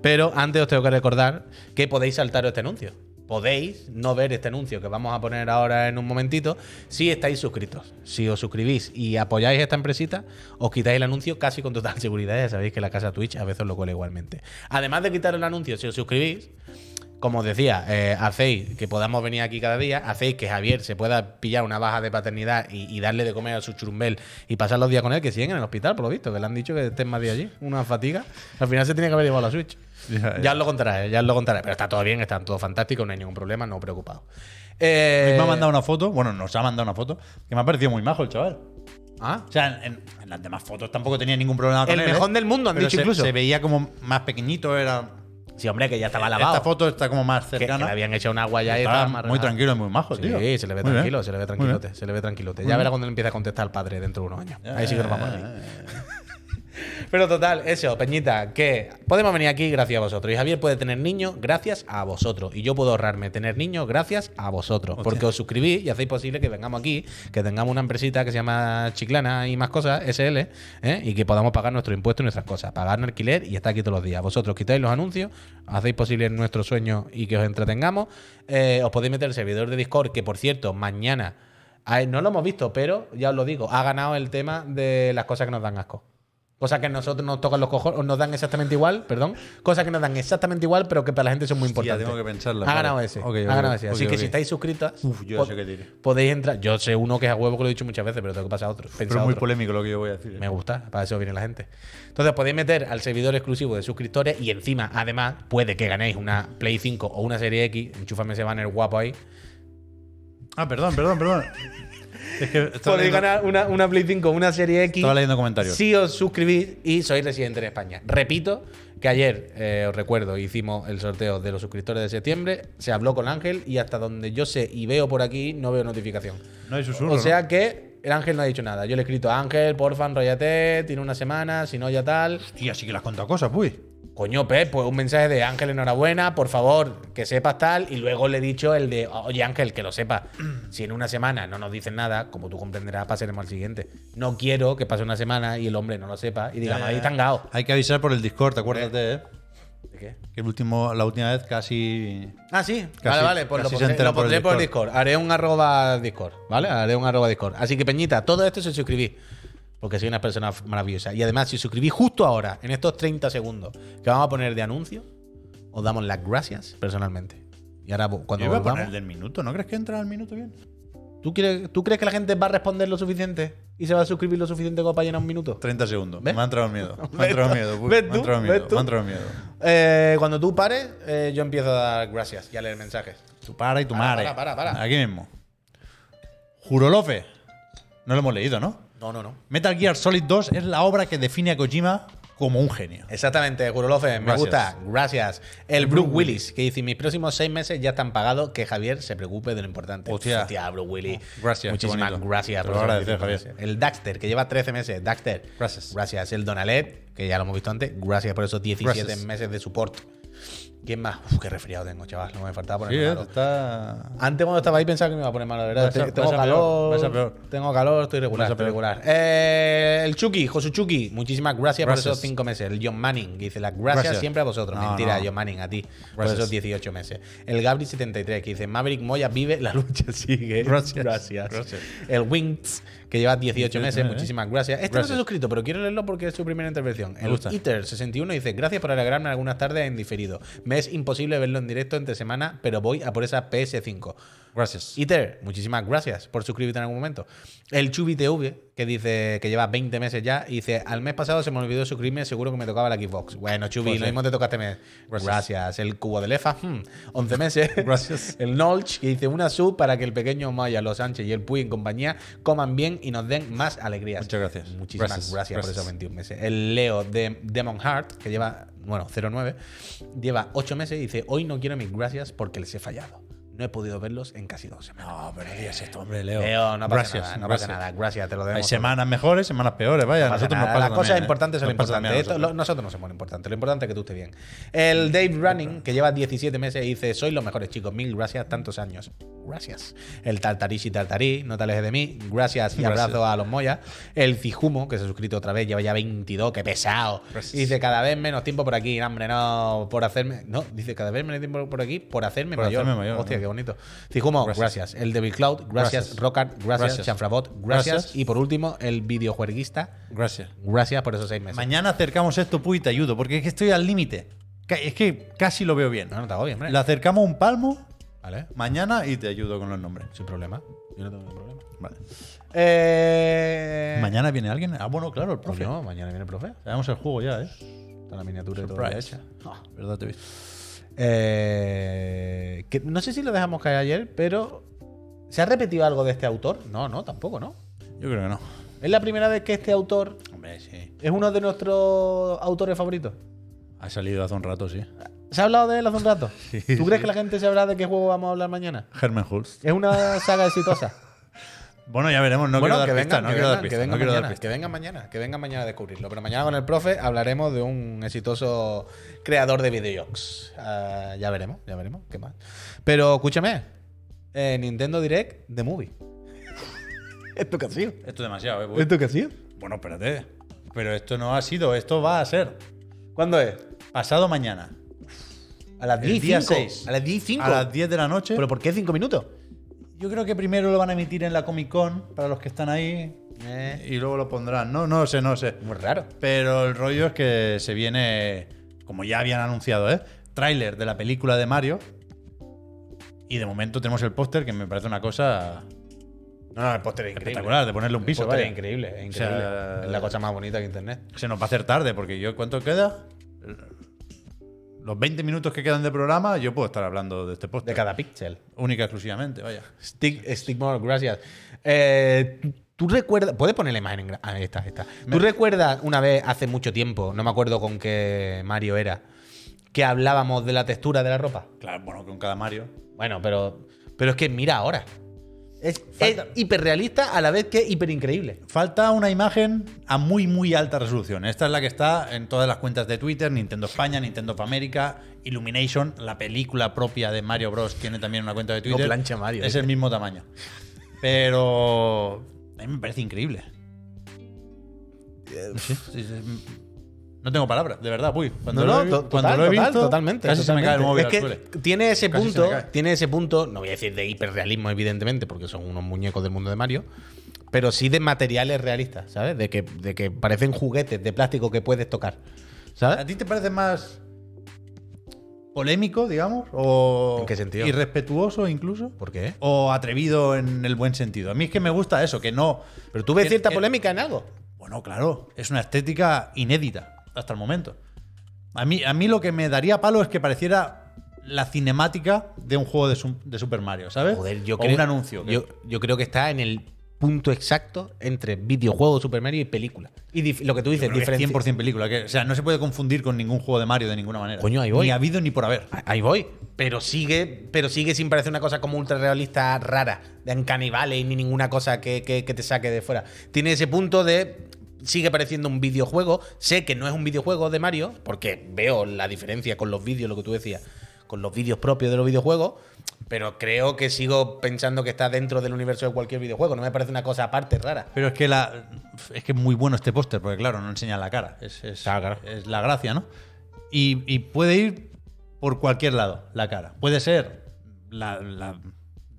Speaker 2: Pero antes os tengo que recordar que podéis saltaros este anuncio. Podéis no ver este anuncio que vamos a poner ahora en un momentito si estáis suscritos. Si os suscribís y apoyáis esta empresita, os quitáis el anuncio casi con total [laughs] seguridad. Ya sabéis que la casa Twitch a veces os lo cuela igualmente. Además de quitar el anuncio, si os suscribís, Como os decía, eh, hacéis que podamos venir aquí cada día, hacéis que Javier se pueda pillar una baja de paternidad y, y darle de comer a su churumbel y pasar los días con él, que siguen en el hospital, por lo visto, que le han dicho que estén más días allí. Una fatiga. Al final se tiene que haber llevado la Switch.
Speaker 1: Ya,
Speaker 2: Ya, os lo contaré, ya os lo contaré. Pero está todo bien, está todo fantástico, no hay ningún problema, no preocupado. Eh,
Speaker 1: Me ha mandado una foto, bueno, nos ha mandado una foto, que me ha parecido muy majo el chaval.
Speaker 2: Ah,
Speaker 1: O sea, en, en las demás fotos tampoco tenía ningún problema con
Speaker 2: El
Speaker 1: él.
Speaker 2: mejor
Speaker 1: ¿eh?
Speaker 2: del mundo, han
Speaker 1: Pero
Speaker 2: dicho
Speaker 1: se-
Speaker 2: incluso.
Speaker 1: Se veía como más pequeñito, era.
Speaker 2: sí, hombre, que ya estaba
Speaker 1: Esta
Speaker 2: lavado.
Speaker 1: foto está como más
Speaker 2: Que, que le
Speaker 1: cercana.
Speaker 2: habían hecho una guaya y
Speaker 1: Estaba
Speaker 2: estaba
Speaker 1: muy
Speaker 2: más relajado.
Speaker 1: tranquilo y muy majo, tío.
Speaker 2: Sí, se le ve
Speaker 1: Muy bien.
Speaker 2: tranquilo, se le
Speaker 1: Muy
Speaker 2: ve
Speaker 1: bien.
Speaker 2: tranquilote, se le ve tranquilote. Ya verá cuando le empiece a contestar al padre dentro de unos años. Ahí sí que nos vamos ¿eh?
Speaker 1: Eh,
Speaker 2: a reír. Pero total, eso, Peñita, que podemos venir aquí gracias a vosotros. Y Javier puede tener niños gracias a vosotros. Y yo puedo ahorrarme tener niños gracias a vosotros. Porque os suscribís y hacéis posible que vengamos aquí, que tengamos una empresita que se llama Chiclana y más cosas, SL, ¿eh? y que podamos pagar nuestro impuesto y nuestras cosas, pagar un alquiler y estar aquí todos los días. Vosotros quitáis los anuncios, hacéis posible nuestro sueño y que os entretengamos. Eh, os podéis meter el servidor de Discord, que por cierto, mañana. ay, No lo hemos visto, pero ya os lo digo, ha ganado el tema de las cosas que nos dan asco. Cosas que a nosotros nos tocan los cojones, o nos dan exactamente igual, perdón. Cosas que nos dan exactamente igual, pero que para la gente son muy
Speaker 1: Hostia,
Speaker 2: importantes.
Speaker 1: tengo que pensarla,
Speaker 2: Ha ganado
Speaker 1: vale.
Speaker 2: ese.
Speaker 1: Ok,
Speaker 2: ha
Speaker 1: ok,
Speaker 2: ganado ese.
Speaker 1: ok,
Speaker 2: Así que
Speaker 1: ok.
Speaker 2: si estáis suscritas,
Speaker 1: Uf, yo ya sé qué diré.
Speaker 2: podéis entrar. Yo sé uno que es a huevo que lo he dicho muchas veces, pero tengo que pasar a otro. Pensar
Speaker 1: Pero es muy
Speaker 2: otro.
Speaker 1: polémico lo que yo voy a decir.
Speaker 2: Me gusta, para eso viene la gente. Entonces podéis meter al servidor exclusivo de suscriptores y encima, además, puede que ganéis una Play 5 o una Serie X. Enchúfame ese banner guapo ahí.
Speaker 1: Ah, perdón, perdón,
Speaker 2: [laughs]
Speaker 1: perdón. es que estaba
Speaker 2: Podéis
Speaker 1: leyendo,
Speaker 2: ganar una, una Play 5 o una Serie X.
Speaker 1: estaba leyendo comentarios.
Speaker 2: Si os suscribís y sois residente en España. Repito que ayer, eh, os recuerdo, hicimos el sorteo de los suscriptores de septiembre, se habló con Ángel y hasta donde yo sé y veo por aquí, no veo notificación.
Speaker 1: No hay susurro.
Speaker 2: O
Speaker 1: ¿no?
Speaker 2: sea que el Ángel no ha dicho nada. Yo le he escrito a Ángel, porfa, enrollate, tiene una semana, si no ya tal.
Speaker 1: Hostia, sí que las contado cosas, uy.
Speaker 2: Coño, Pep, pues un mensaje de Ángel, enhorabuena, por favor, que sepas tal. Y luego le he dicho el de, oye Ángel, que lo sepa. [clears throat] Si en una semana no nos dicen nada, como tú comprenderás, pasaremos al siguiente. No quiero que pase una semana y el hombre no lo sepa y diga,
Speaker 1: Ya, ya,
Speaker 2: me habéis
Speaker 1: ya.
Speaker 2: tangado.
Speaker 1: Hay que avisar por el Discord, acuérdate, ¿eh?
Speaker 2: ¿De qué?
Speaker 1: Que el último, la última vez casi.
Speaker 2: Ah, sí.
Speaker 1: Casi-
Speaker 2: vale, vale, pues lo
Speaker 1: casi se
Speaker 2: pondré,
Speaker 1: entera
Speaker 2: lo pondré por,
Speaker 1: por el
Speaker 2: Discord. Haré un arroba Discord, ¿vale? Haré un arroba Discord. Así que, Peñita, todo esto se suscribí. Porque soy una persona maravillosa. Y además, si suscribís justo ahora, en estos 30 segundos que vamos a poner de anuncio, os damos las gracias personalmente. Y ahora, vo- cuando
Speaker 1: Yo iba a poner
Speaker 2: volvamos.
Speaker 1: el del minuto, ¿no crees que entra al minuto bien?
Speaker 2: ¿tú, quieres- ¿Tú crees que la gente va a responder lo suficiente? ¿Y se va a suscribir lo suficiente como para llenar un minuto?
Speaker 1: 30 segundos.
Speaker 2: ¿Ves?
Speaker 1: Me ha entrado
Speaker 2: [laughs]
Speaker 1: miedo. Me
Speaker 2: ¿Ves
Speaker 1: ha entrado
Speaker 2: tú?
Speaker 1: miedo. uy,
Speaker 2: ¿Ves
Speaker 1: Me
Speaker 2: tú?
Speaker 1: ha entrado
Speaker 2: ¿Ves
Speaker 1: miedo.
Speaker 2: tú?
Speaker 1: Me ha entrado miedo.
Speaker 2: Eh, cuando tú pares, eh, yo empiezo a dar gracias y a leer mensajes.
Speaker 1: Tu para y tu
Speaker 2: Para,
Speaker 1: madre.
Speaker 2: para, para, para.
Speaker 1: Aquí mismo. Jurolofe. No lo hemos leído, ¿no?
Speaker 2: No, no, no.
Speaker 1: Metal Gear Solid 2 es la obra que define a Kojima como un genio.
Speaker 2: Exactamente, Gurolofe, me
Speaker 1: Gracias.
Speaker 2: gusta, gracias. El Bruce Willis, que dice, mis próximos seis meses ya están pagados, que Javier se preocupe de lo importante.
Speaker 1: Hostia. Oh,
Speaker 2: Bruce Willis.
Speaker 1: Gracias,
Speaker 2: Muchísimas
Speaker 1: qué bonito.
Speaker 2: gracias.
Speaker 1: Te
Speaker 2: por
Speaker 1: lo
Speaker 2: esos
Speaker 1: agradecer,
Speaker 2: 25
Speaker 1: Javier.
Speaker 2: meses. El Daxter, que lleva 13 meses. Daxter.
Speaker 1: Gracias.
Speaker 2: Gracias. El Donalet, que ya lo hemos visto antes. Gracias por esos 17
Speaker 1: Gracias.
Speaker 2: meses de support. ¿Quién más? Uf, qué resfriado tengo, chaval. No me faltaba
Speaker 1: Sí,
Speaker 2: poner
Speaker 1: ¿eh?
Speaker 2: malo.
Speaker 1: está.
Speaker 2: Antes cuando estaba ahí pensaba que me iba a poner malo, de
Speaker 1: Va
Speaker 2: ¿verdad?
Speaker 1: a ser-
Speaker 2: tengo
Speaker 1: va a ser
Speaker 2: calor,
Speaker 1: peor, va a ser peor.
Speaker 2: tengo calor, estoy regular,
Speaker 1: Va a ser
Speaker 2: estoy
Speaker 1: peor.
Speaker 2: regular. Eh, el Chucky, Josu Chucky, muchísimas gracias,
Speaker 1: Gracias.
Speaker 2: por esos cinco meses. El John Manning, que dice las gracias,
Speaker 1: Gracias.
Speaker 2: siempre a vosotros.
Speaker 1: No,
Speaker 2: Mentira,
Speaker 1: no.
Speaker 2: John Manning, a ti, por
Speaker 1: Gracias.
Speaker 2: esos 18 meses. El Gabri73, que dice Maverick Moya vive, la lucha sigue.
Speaker 1: Gracias.
Speaker 2: Gracias.
Speaker 1: Gracias.
Speaker 2: El Winx, que lleva 18
Speaker 1: 18
Speaker 2: meses,
Speaker 1: meses, ¿eh?
Speaker 2: muchísimas gracias. Este no se ha
Speaker 1: Gracias.
Speaker 2: suscrito, pero quiero leerlo porque es su primera intervención. El
Speaker 1: gusta.
Speaker 2: Eater61 dice, gracias por alegrarme algunas tardes en diferido. Me es imposible verlo en directo entre semana, pero voy a por esa PS5.
Speaker 1: Gracias.
Speaker 2: Iter, muchísimas gracias por suscribirte en algún momento. El Chubi TV, que dice que lleva 20 meses ya, y dice, al mes pasado se me olvidó suscribirme, seguro que me tocaba la Xbox. Bueno, Chubi,
Speaker 1: Pues
Speaker 2: lo
Speaker 1: sí.
Speaker 2: mismo te toca este mes. Gracias.
Speaker 1: Gracias.
Speaker 2: El Cubo de Lefa, hmm, 11 meses.
Speaker 1: [laughs] Gracias.
Speaker 2: El Nolch, que dice una sub para que el pequeño Maya, los Sánchez y el Puy en compañía coman bien y nos den más alegrías.
Speaker 1: Muchas gracias.
Speaker 2: Muchísimas gracias,
Speaker 1: Gracias,
Speaker 2: por
Speaker 1: gracias.
Speaker 2: esos 21 meses. El Leo de Demon Heart, que lleva, bueno, 09, lleva 8 meses y dice, hoy no quiero mis gracias porque les he fallado. No he podido verlos en casi dos semanas.
Speaker 1: No, pero ¿qué es esto, hombre, Leo?
Speaker 2: Leo, no pasa
Speaker 1: Gracias,
Speaker 2: nada, no
Speaker 1: gracias.
Speaker 2: pasa nada. Gracias, te lo debemos.
Speaker 1: Hay semanas mejores, semanas peores, vaya. a
Speaker 2: No pasa
Speaker 1: nosotros nos
Speaker 2: nada.
Speaker 1: pasa
Speaker 2: Las
Speaker 1: también,
Speaker 2: cosas
Speaker 1: ¿eh?
Speaker 2: importantes son
Speaker 1: Nos
Speaker 2: lo
Speaker 1: pasa también
Speaker 2: importante.
Speaker 1: a
Speaker 2: Esto- lo-
Speaker 1: nosotros.
Speaker 2: nosotros. no somos lo importante. Lo importante es que tú estés bien. El Dave Running, que lleva 17 meses y dice: Sois los mejores chicos. Mil gracias, tantos años. Gracias. El Tartarishi Tartarí, no te alejes de mí. Gracias y
Speaker 1: Gracias.
Speaker 2: abrazo a los Moya. El Cijumo, que se ha suscrito otra vez, lleva ya 22, que pesado.
Speaker 1: Gracias.
Speaker 2: Y dice: Cada vez menos tiempo por aquí. No, Hombre, no, por hacerme. No, dice: Cada vez menos tiempo por aquí, por hacerme
Speaker 1: Por
Speaker 2: mayor.
Speaker 1: hacerme mayor,
Speaker 2: Hostia,
Speaker 1: ¿no?
Speaker 2: qué bonito. Cijumo, gracias.
Speaker 1: Gracias.
Speaker 2: El Devil Cloud, gracias.
Speaker 1: Gracias.
Speaker 2: Rockart, gracias.
Speaker 1: Gracias.
Speaker 2: Chanfrabot, gracias.
Speaker 1: Gracias.
Speaker 2: Y por último, el videojueguista.
Speaker 1: Gracias.
Speaker 2: Gracias por esos seis meses.
Speaker 1: Mañana acercamos esto, Puy, te ayudo, porque es que estoy al límite. Ca- Es que casi lo veo bien.
Speaker 2: No, no te agobies, hombre.
Speaker 1: Le acercamos un palmo
Speaker 2: Vale,
Speaker 1: mañana y te ayudo con los nombres.
Speaker 2: sin problema. Yo no tengo ningún problema.
Speaker 1: Vale.
Speaker 2: Eh...
Speaker 1: ¿Mañana viene alguien? Ah, bueno, claro, el
Speaker 2: Pues
Speaker 1: profe.
Speaker 2: no, mañana viene el profe.
Speaker 1: Sabemos el juego ya, ¿eh?
Speaker 2: Está la miniatura y todo ya
Speaker 1: Surprise.
Speaker 2: hecha.
Speaker 1: Ah, ¿Verdad te vi?
Speaker 2: Eh, que no sé si lo dejamos caer ayer, pero ¿se ha repetido algo de este autor? No, no, tampoco, ¿no?
Speaker 1: Yo creo que no.
Speaker 2: Es la primera vez que este autor
Speaker 1: Hombre, sí.
Speaker 2: es uno de nuestros autores favoritos.
Speaker 1: Ha salido hace un rato, sí.
Speaker 2: ¿Se ha hablado de él hace un rato?
Speaker 1: [laughs] Sí,
Speaker 2: ¿Tú crees que la gente sabrá de qué juego vamos a hablar mañana?
Speaker 1: Herman Hulst.
Speaker 2: Es una saga exitosa.
Speaker 1: Bueno, ya veremos. No quiero dar pistas, no quiero dar pistas. No quiero dar
Speaker 2: mañana,
Speaker 1: pistas.
Speaker 2: que vengan mañana, que vengan mañana a descubrirlo. Pero mañana con el profe hablaremos de un exitoso creador de videojuegos. Ah, ya veremos, ya veremos, qué más. Pero escúchame, eh, Nintendo Direct de Movie. [laughs] ¿Esto qué ha sido?
Speaker 1: Esto es demasiado, ¿eh? Bueno,
Speaker 2: ¿Esto qué ha sido?
Speaker 1: Bueno, espérate. Pero esto no ha sido, esto va a ser.
Speaker 2: ¿Cuándo es?
Speaker 1: Pasado mañana.
Speaker 2: A las
Speaker 1: El
Speaker 2: 10
Speaker 1: día
Speaker 2: cinco.
Speaker 1: seis.
Speaker 2: A las 10 cinco.
Speaker 1: A las 10 de la noche.
Speaker 2: ¿Pero por qué 5 minutos?
Speaker 1: Yo creo que primero lo van a emitir en la Comic Con para los que están ahí.
Speaker 2: Eh,
Speaker 1: Y luego lo pondrán. No, no sé, no sé.
Speaker 2: muy raro.
Speaker 1: Pero el rollo es que se viene, como ya habían anunciado, ¿eh? Tráiler de la película de Mario. Y de momento tenemos el póster, que me parece una cosa
Speaker 2: No, no, el póster es
Speaker 1: espectacular, de ponerle un
Speaker 2: El
Speaker 1: piso.
Speaker 2: póster es
Speaker 1: vaya.
Speaker 2: increíble, es
Speaker 1: O
Speaker 2: increíble.
Speaker 1: sea,
Speaker 2: es la cosa más bonita que internet.
Speaker 1: Se nos va a hacer tarde, porque yo, ¿cuánto queda? Los 20 minutos que quedan de programa, yo puedo estar hablando de este
Speaker 2: De
Speaker 1: póster.
Speaker 2: cada píxel.
Speaker 1: Única y exclusivamente, vaya.
Speaker 2: Stick, Stickmore, gracias. Eh, ¿tú, tú recuerdas. ¿Puedes poner la imagen en gra- ah, esta, esta. ¿Tú recuerdas una vez hace mucho tiempo, no me acuerdo con qué Mario era, que hablábamos de la textura de la ropa?
Speaker 1: Claro, bueno, con cada Mario.
Speaker 2: Bueno, pero. Pero es que mira ahora. Es, es
Speaker 1: Falta-
Speaker 2: hiperrealista a la vez que hiper increíble.
Speaker 1: Falta una imagen a muy, muy alta resolución. Esta es la que está en todas las cuentas de Twitter, Nintendo España, Nintendo of America, Illumination, la película propia de Mario Bros. tiene también una cuenta de Twitter.
Speaker 2: plancha Mario, eh.
Speaker 1: Es
Speaker 2: dice.
Speaker 1: el mismo tamaño. Pero a mí me parece increíble.
Speaker 2: Eh,
Speaker 1: Sí, sí, sí. No tengo palabras, de verdad, uy. Cuando lo he,
Speaker 2: to-
Speaker 1: cuando
Speaker 2: total,
Speaker 1: lo he
Speaker 2: total,
Speaker 1: visto,
Speaker 2: totalmente.
Speaker 1: casi se me cae el móvil
Speaker 2: totalmente.
Speaker 1: al
Speaker 2: Es
Speaker 1: suelo.
Speaker 2: que tiene ese
Speaker 1: Casi se
Speaker 2: punto,
Speaker 1: me cae.
Speaker 2: tiene ese punto, no voy a decir de hiperrealismo, evidentemente, porque son unos muñecos del mundo de Mario, pero sí de materiales realistas, ¿sabes? De que, de que parecen juguetes de plástico que puedes tocar,
Speaker 1: ¿A
Speaker 2: ¿sabes?
Speaker 1: ti te parece más polémico, digamos? O
Speaker 2: ¿En qué sentido?
Speaker 1: ¿Irrespetuoso incluso?
Speaker 2: ¿Por qué?
Speaker 1: o atrevido en el buen sentido. A mí es que me gusta eso, que no.
Speaker 2: Pero tú ves
Speaker 1: que-
Speaker 2: cierta
Speaker 1: que-
Speaker 2: polémica en algo.
Speaker 1: Bueno, claro, es una estética inédita hasta el momento. A mí, a mí lo que me daría palo es que pareciera la cinemática de un juego de, su- de Super Mario, ¿sabes?
Speaker 2: Joder,
Speaker 1: ¿eh?
Speaker 2: yo
Speaker 1: o
Speaker 2: creo,
Speaker 1: un anuncio. que-
Speaker 2: Yo, yo creo que está en el punto exacto entre videojuego Super Mario y película. Y dif- lo que tú dices,
Speaker 1: creo que es
Speaker 2: diferencia.
Speaker 1: 100% película. que- o sea, no se puede confundir con ningún juego de Mario de ninguna manera.
Speaker 2: Coño, ahí voy.
Speaker 1: Ni habido ni por haber.
Speaker 2: Ah, Ahí voy. Pero sigue, pero sigue sin parecer una cosa como ultra realista rara, de canibales ni ninguna cosa que, que- que te saque de fuera. Tiene ese punto de. Sigue pareciendo un videojuego. Sé que no es un videojuego de Mario, porque veo la diferencia con los vídeos, lo que tú decías, con los vídeos propios de los videojuegos, pero creo que sigo pensando que está dentro del universo de cualquier videojuego. No me parece una cosa aparte rara.
Speaker 1: Pero es que la es que es muy bueno este póster, porque claro, no enseña la cara. Es, es-
Speaker 2: Claro, claro.
Speaker 1: es la gracia, ¿no? Y, y puede ir por cualquier lado la cara. Puede ser la, la-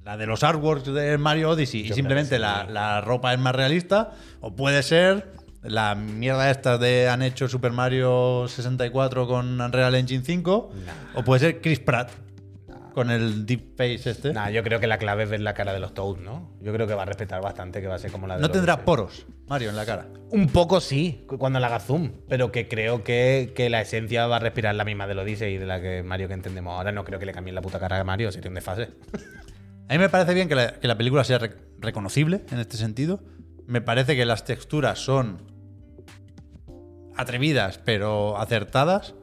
Speaker 1: la de los artworks de Mario Odyssey y
Speaker 2: Yo
Speaker 1: simplemente
Speaker 2: creo que
Speaker 1: la,
Speaker 2: sí.
Speaker 1: la ropa es más realista. O puede ser la mierda esta de han hecho Super Mario 64 con Unreal Engine 5. O puede ser Chris Pratt con el deep face este.
Speaker 2: Nah, yo creo que la clave es ver la cara de los Toads, ¿no? Yo creo que va a respetar bastante, que va a ser como la de
Speaker 1: no
Speaker 2: los-
Speaker 1: tendrá poros, Mario, en la cara.
Speaker 2: Un poco sí, cu- cuando le haga zoom, pero que creo que, que la esencia va a respirar la misma de lo dice y de la que Mario que entendemos ahora. No creo que le cambien la puta cara a Mario, sería un desfase.
Speaker 1: A mí me parece bien que la, que la película sea rec- reconocible en este sentido. Me parece que las texturas son atrevidas, pero acertadas.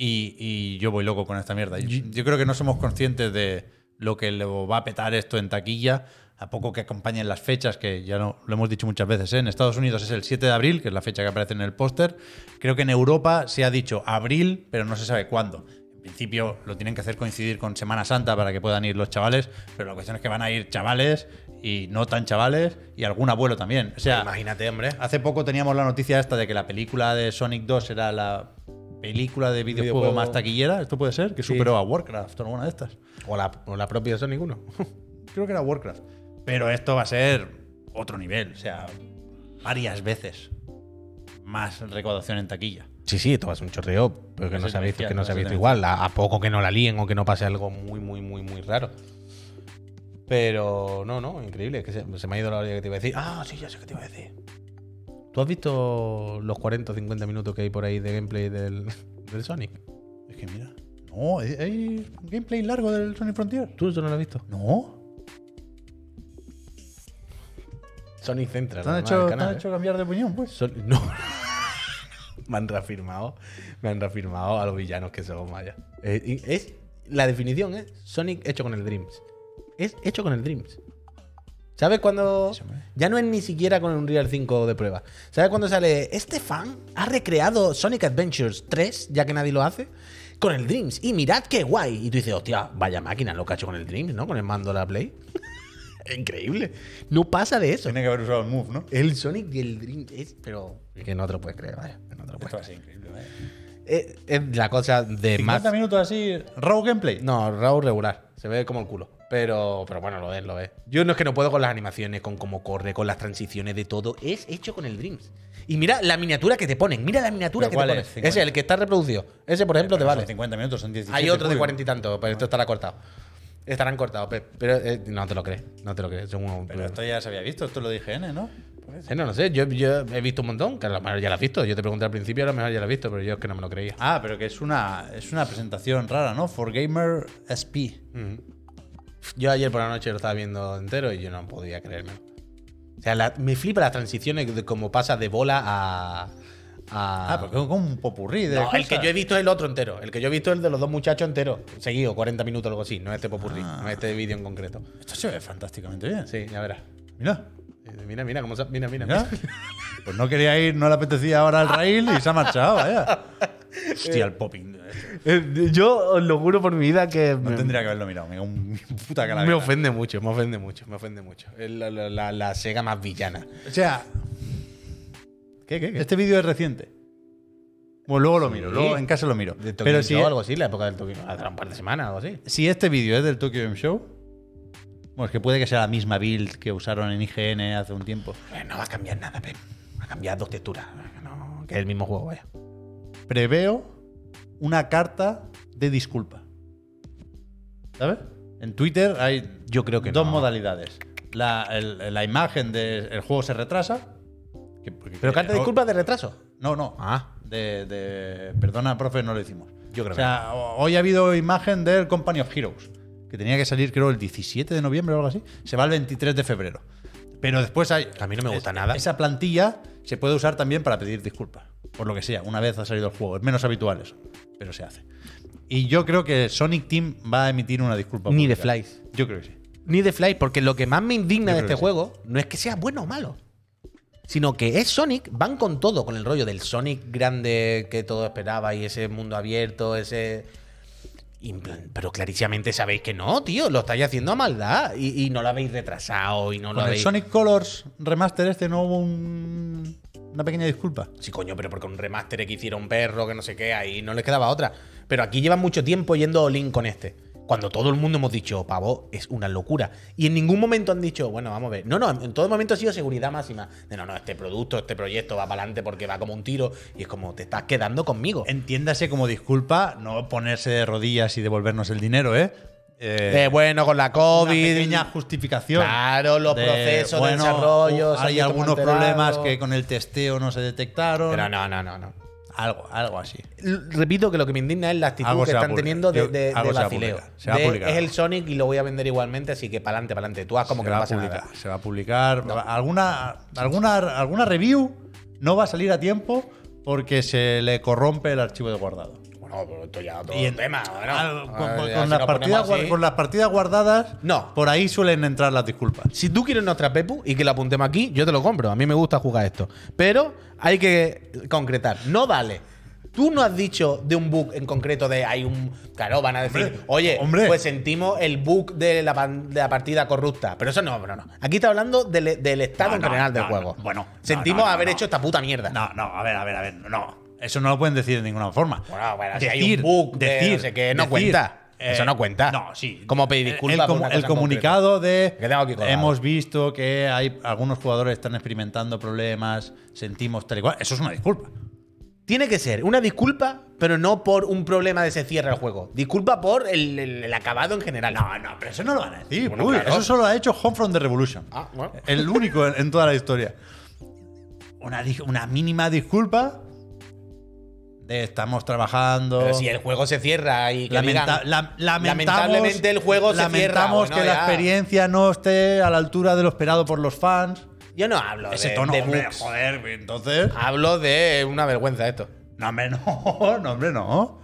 Speaker 1: Y, y yo voy loco con esta mierda. Yo, yo creo que no somos conscientes de lo que le va a petar esto en taquilla. A poco que acompañen las fechas, que ya no, lo hemos dicho muchas veces. ¿eh? En Estados Unidos es el 7 de abril, que es la fecha que aparece en el póster. Creo que en Europa se ha dicho abril, pero no se sabe cuándo. En principio lo tienen que hacer coincidir con Semana Santa para que puedan ir los chavales, pero la cuestión es que van a ir chavales y no tan chavales y algún abuelo también. O sea,
Speaker 2: [laughs] Imagínate, hombre.
Speaker 1: Hace poco teníamos la noticia esta de que la película de Sonic 2 era la película de videojuego,
Speaker 2: Videojuego.
Speaker 1: más taquillera. ¿Esto puede ser? Que superó a Warcraft o alguna de estas.
Speaker 2: O la, o la propia de Sonic 1.
Speaker 1: Creo que era Warcraft. Pero esto va a ser otro nivel. O sea, varias veces más recaudación en taquilla.
Speaker 2: [laughs] Sí, sí, esto va a ser un chorreo, pero que
Speaker 1: Va a
Speaker 2: no
Speaker 1: ser
Speaker 2: se ha visto,
Speaker 1: demencial,
Speaker 2: que no
Speaker 1: va a
Speaker 2: se ha
Speaker 1: ser
Speaker 2: visto igual. A, a poco que no la líen o que no pase algo muy, muy, muy, muy raro. Pero no, no, increíble. Que se, se me ha ido la hora que te iba a decir. Ah, sí, ya sé que te iba a decir. ¿Tú has visto los 40 o 50 minutos que hay por ahí de gameplay del, [laughs] del Sonic?
Speaker 1: Es que mira. No, hay- hay un gameplay largo del Sonic Frontier.
Speaker 2: ¿Tú eso no lo has visto?
Speaker 1: No.
Speaker 2: Sonic Central.
Speaker 1: Te han,
Speaker 2: además,
Speaker 1: hecho,
Speaker 2: el
Speaker 1: te
Speaker 2: canal,
Speaker 1: han
Speaker 2: ¿eh?
Speaker 1: hecho cambiar de opinión, pues.
Speaker 2: Son- [laughs] No. me han reafirmado. Me han reafirmado a los villanos que son, vaya. Eh, y Es, la definición es Sonic hecho con el Dreams. Es hecho con el Dreams. ¿Sabes cuando.?
Speaker 1: Sí, hombre.
Speaker 2: Ya no es ni siquiera con un Real 5 de prueba. ¿Sabes cuando sale. Este fan ha recreado Sonic Adventures 3, ya que nadie lo hace, con el Dreams. Y mirad qué guay. Y tú dices, hostia, vaya máquina lo que ha hecho con el Dreams, ¿no? Con el mando de la Play. [laughs] Increíble. No pasa de eso.
Speaker 1: Tiene que haber usado el Move, ¿no?
Speaker 2: El Sonic y el Dream es, pero que no te lo puedes creer, vaya. que no te lo
Speaker 1: Esto
Speaker 2: puedes
Speaker 1: va a
Speaker 2: creer.
Speaker 1: ser increíble, vaya.
Speaker 2: Es, es la cosa de
Speaker 1: 50
Speaker 2: más.
Speaker 1: minutos así, raw gameplay.
Speaker 2: No, Raúl regular. Se ve como el culo. Pero, pero bueno, lo es, lo es. Yo no es que no puedo con las animaciones, con cómo corre, con las transiciones de todo. Es hecho con el Dreams. Y mira la miniatura que te ponen. Mira la miniatura
Speaker 1: ¿Pero
Speaker 2: que te
Speaker 1: cuál
Speaker 2: ponen.
Speaker 1: es?
Speaker 2: Ese es el que está reproducido. Ese, por ejemplo, te
Speaker 1: Pero
Speaker 2: vale.
Speaker 1: son 50 minutos, son pues. 17.
Speaker 2: Hay otro de
Speaker 1: cubos.
Speaker 2: cuarenta y tantos, pero esto estará cortado. Estarán cortados, Pep, pero eh, no te lo crees. No te lo crees. Son unos-
Speaker 1: Pero esto ya se había visto, esto lo dije N, ¿no? Pues
Speaker 2: Eh, no, no sé, yo, yo he visto un montón, que a lo mejor ya lo has visto. Yo te pregunté al principio, a lo mejor ya lo has visto, pero yo es que no me lo creía.
Speaker 1: Ah, pero que es una, es una presentación rara, ¿no? For Gamer SP.
Speaker 2: Yo ayer por la noche lo estaba viendo entero y yo no podía creérmelo. O sea, la- me flipa las transiciones de cómo pasa de bola a. a-
Speaker 1: Ah,
Speaker 2: pues,
Speaker 1: porque es como un popurrí de.
Speaker 2: No, el que
Speaker 1: cosas.
Speaker 2: yo he visto es el otro entero. El que yo he visto es el de los dos muchachos enteros. Seguido, 40 minutos o algo así. No este popurrí,
Speaker 1: Ah.
Speaker 2: no este vídeo en concreto.
Speaker 1: Esto se ve fantásticamente bien.
Speaker 2: Sí, ya verás.
Speaker 1: Mira,
Speaker 2: Eh, Mira, mira, cómo se- mira, mira.
Speaker 1: mira. Pues no quería ir, no le apetecía ahora al rail y se ha marchado, vaya. Hostia, el popping.
Speaker 2: Eh, Yo os lo juro por mi vida que.
Speaker 1: No
Speaker 2: me-
Speaker 1: tendría que haberlo mirado, me cago en mi puta
Speaker 2: Me
Speaker 1: calavera.
Speaker 2: ofende mucho, me ofende mucho, me ofende mucho. Es la, la, la- la Sega más villana.
Speaker 1: O sea,
Speaker 2: ¿Qué, qué,
Speaker 1: este vídeo es reciente. Bueno, luego lo miro,
Speaker 2: Sí.
Speaker 1: luego en casa lo miro.
Speaker 2: De
Speaker 1: Pero si,
Speaker 2: o algo así, la época del Tokio. Hace un par de semanas o algo así. Eh,
Speaker 1: si este vídeo es del Tokyo Game Show, bueno, es que puede que sea la misma build que usaron en IGN hace un tiempo.
Speaker 2: Eh, no va a cambiar nada, Pep. Va a cambiar dos texturas. Eh, No, que es el mismo juego, vaya.
Speaker 1: preveo una carta de disculpa. ¿Sabes? En Twitter hay
Speaker 2: Yo creo que
Speaker 1: dos
Speaker 2: no.
Speaker 1: modalidades. La, el- la imagen del juego se retrasa. que- porque-
Speaker 2: Pero carta
Speaker 1: no-
Speaker 2: de disculpas de retraso.
Speaker 1: No, no.
Speaker 2: Eh, Ah.
Speaker 1: De, de- perdona, profe, no lo hicimos.
Speaker 2: Yo creo
Speaker 1: O sea, ho- hoy ha habido imagen del Company of Heroes, que tenía que salir creo el 17 de noviembre o algo así. Se va el 23 de febrero. Pero después hay...
Speaker 2: A mí no me gusta nada.
Speaker 1: Esa plantilla se puede usar también para pedir disculpas, por lo que sea, una vez ha salido el juego. Es menos habitual eso, pero se hace. Y yo creo que Sonic Team va a emitir una disculpa.
Speaker 2: Ni de
Speaker 1: pública.
Speaker 2: Flies.
Speaker 1: Yo creo que sí.
Speaker 2: Ni de Fly, porque lo que más me indigna
Speaker 1: Yo
Speaker 2: de
Speaker 1: creo
Speaker 2: este
Speaker 1: que sí.
Speaker 2: juego no es que sea bueno o malo. Sino que es Sonic, van con todo, con el rollo del Sonic grande que todo esperaba y ese mundo abierto, ese. Y en plan, Pero clarísimamente sabéis que no, tío, lo estáis haciendo a maldad y, y no lo habéis retrasado y no lo
Speaker 1: Con el
Speaker 2: habéis.
Speaker 1: Sonic Colors Remaster este no hubo un- una pequeña disculpa.
Speaker 2: Sí, coño, pero porque un remaster que hicieron perro, que no sé qué, ahí no les quedaba otra. Pero aquí llevan mucho tiempo yendo all-in con este. Cuando todo el mundo hemos dicho, pavo, es una locura. Y en ningún momento han dicho, bueno, vamos a ver. No, no, en todo momento ha sido seguridad máxima. De no, no, este producto, este proyecto va para adelante porque va como un tiro. Y es como, te estás quedando conmigo.
Speaker 1: Entiéndase como disculpa no ponerse de rodillas y devolvernos el dinero, ¿eh?
Speaker 2: De,
Speaker 1: Eh,
Speaker 2: bueno, con la
Speaker 1: una
Speaker 2: COVID.
Speaker 1: pequeña justificación.
Speaker 2: Claro, los
Speaker 1: de,
Speaker 2: procesos de
Speaker 1: bueno,
Speaker 2: desarrollo. se han
Speaker 1: Hay
Speaker 2: visto
Speaker 1: algunos
Speaker 2: alterados.
Speaker 1: problemas que con el testeo no se detectaron.
Speaker 2: Pero no, no, no, no.
Speaker 1: Algo, algo así.
Speaker 2: L- Repito que lo que me indigna es la actitud
Speaker 1: Algo
Speaker 2: que
Speaker 1: se va a
Speaker 2: están
Speaker 1: publicar.
Speaker 2: teniendo de,
Speaker 1: Yo-
Speaker 2: de- de
Speaker 1: algo se va a
Speaker 2: vacileo.
Speaker 1: publicar. Se va a
Speaker 2: De,
Speaker 1: publicar
Speaker 2: es el
Speaker 1: algo".
Speaker 2: Sonic y lo voy a vender igualmente, así que pa'lante, pa'lante. Tú haz como que
Speaker 1: se
Speaker 2: no
Speaker 1: va a
Speaker 2: pasa
Speaker 1: publicar.
Speaker 2: nada.
Speaker 1: Se va a publicar. Alguna, alguna, alguna review no va a salir a tiempo porque se le corrompe el archivo de guardado.
Speaker 2: Bueno, pero esto ya todo
Speaker 1: Y en-
Speaker 2: un tema. bueno.
Speaker 1: Al- con,
Speaker 2: Ah,
Speaker 1: con
Speaker 2: ya,
Speaker 1: las
Speaker 2: si
Speaker 1: partidas,
Speaker 2: nos ponemos
Speaker 1: guar-
Speaker 2: así.
Speaker 1: con las partidas guardadas,
Speaker 2: No.
Speaker 1: por ahí suelen entrar las disculpas.
Speaker 2: Si tú quieres nuestra Pepu y que la apuntemos aquí, yo te lo compro. A mí me gusta jugar esto. Pero hay que concretar. No vale. Tú no has dicho de un bug en concreto de hay un. Claro, van a decir,
Speaker 1: Hombre,
Speaker 2: oye,
Speaker 1: hombre.
Speaker 2: pues sentimos el bug de la, pan- de la partida corrupta. Pero eso no, no, no. Aquí está hablando del, del estado
Speaker 1: No,
Speaker 2: en
Speaker 1: no,
Speaker 2: general del
Speaker 1: no,
Speaker 2: juego.
Speaker 1: no. Bueno,
Speaker 2: Sentimos
Speaker 1: no, no, no,
Speaker 2: haber
Speaker 1: no.
Speaker 2: hecho esta puta mierda.
Speaker 1: No, no, a ver, a ver, a ver, no. Eso no lo pueden decir de ninguna forma.
Speaker 2: Bueno, bueno, si hay un bug de no sé qué, no cuenta. Eso no cuenta.
Speaker 1: eh, No, sí.
Speaker 2: ¿Cómo pedir
Speaker 1: El-
Speaker 2: disculpas
Speaker 1: El,
Speaker 2: por
Speaker 1: comu-
Speaker 2: una cosa
Speaker 1: el
Speaker 2: en
Speaker 1: comunicado de.
Speaker 2: Que tengo aquí colgado.
Speaker 1: hemos visto que hay algunos jugadores están experimentando problemas, sentimos tal y cual. Eso es una disculpa.
Speaker 2: Tiene que ser una disculpa, pero no por un problema de se cierra el juego. Disculpa por el, el- el acabado en general. No, no, pero eso no lo van a decir.
Speaker 1: Sí,
Speaker 2: Bueno,
Speaker 1: uy,
Speaker 2: claro.
Speaker 1: Eso solo lo ha hecho Home from the Revolution.
Speaker 2: Ah, bueno.
Speaker 1: El único en, en toda la historia. Una, dis- una mínima disculpa de estamos trabajando.
Speaker 2: Pero si el juego se cierra y que
Speaker 1: Lamenta-
Speaker 2: digan-
Speaker 1: la- lamentamos-
Speaker 2: lamentablemente el juego se cierra.
Speaker 1: Lamentamos
Speaker 2: Bueno,
Speaker 1: que la
Speaker 2: ya.
Speaker 1: experiencia no esté a la altura de lo esperado por los fans.
Speaker 2: Yo no hablo
Speaker 1: Ese
Speaker 2: de,
Speaker 1: tono,
Speaker 2: de
Speaker 1: hombre,
Speaker 2: bugs.
Speaker 1: joder, entonces.
Speaker 2: Hablo de una vergüenza esto.
Speaker 1: No, hombre, no, [laughs] no, hombre, no.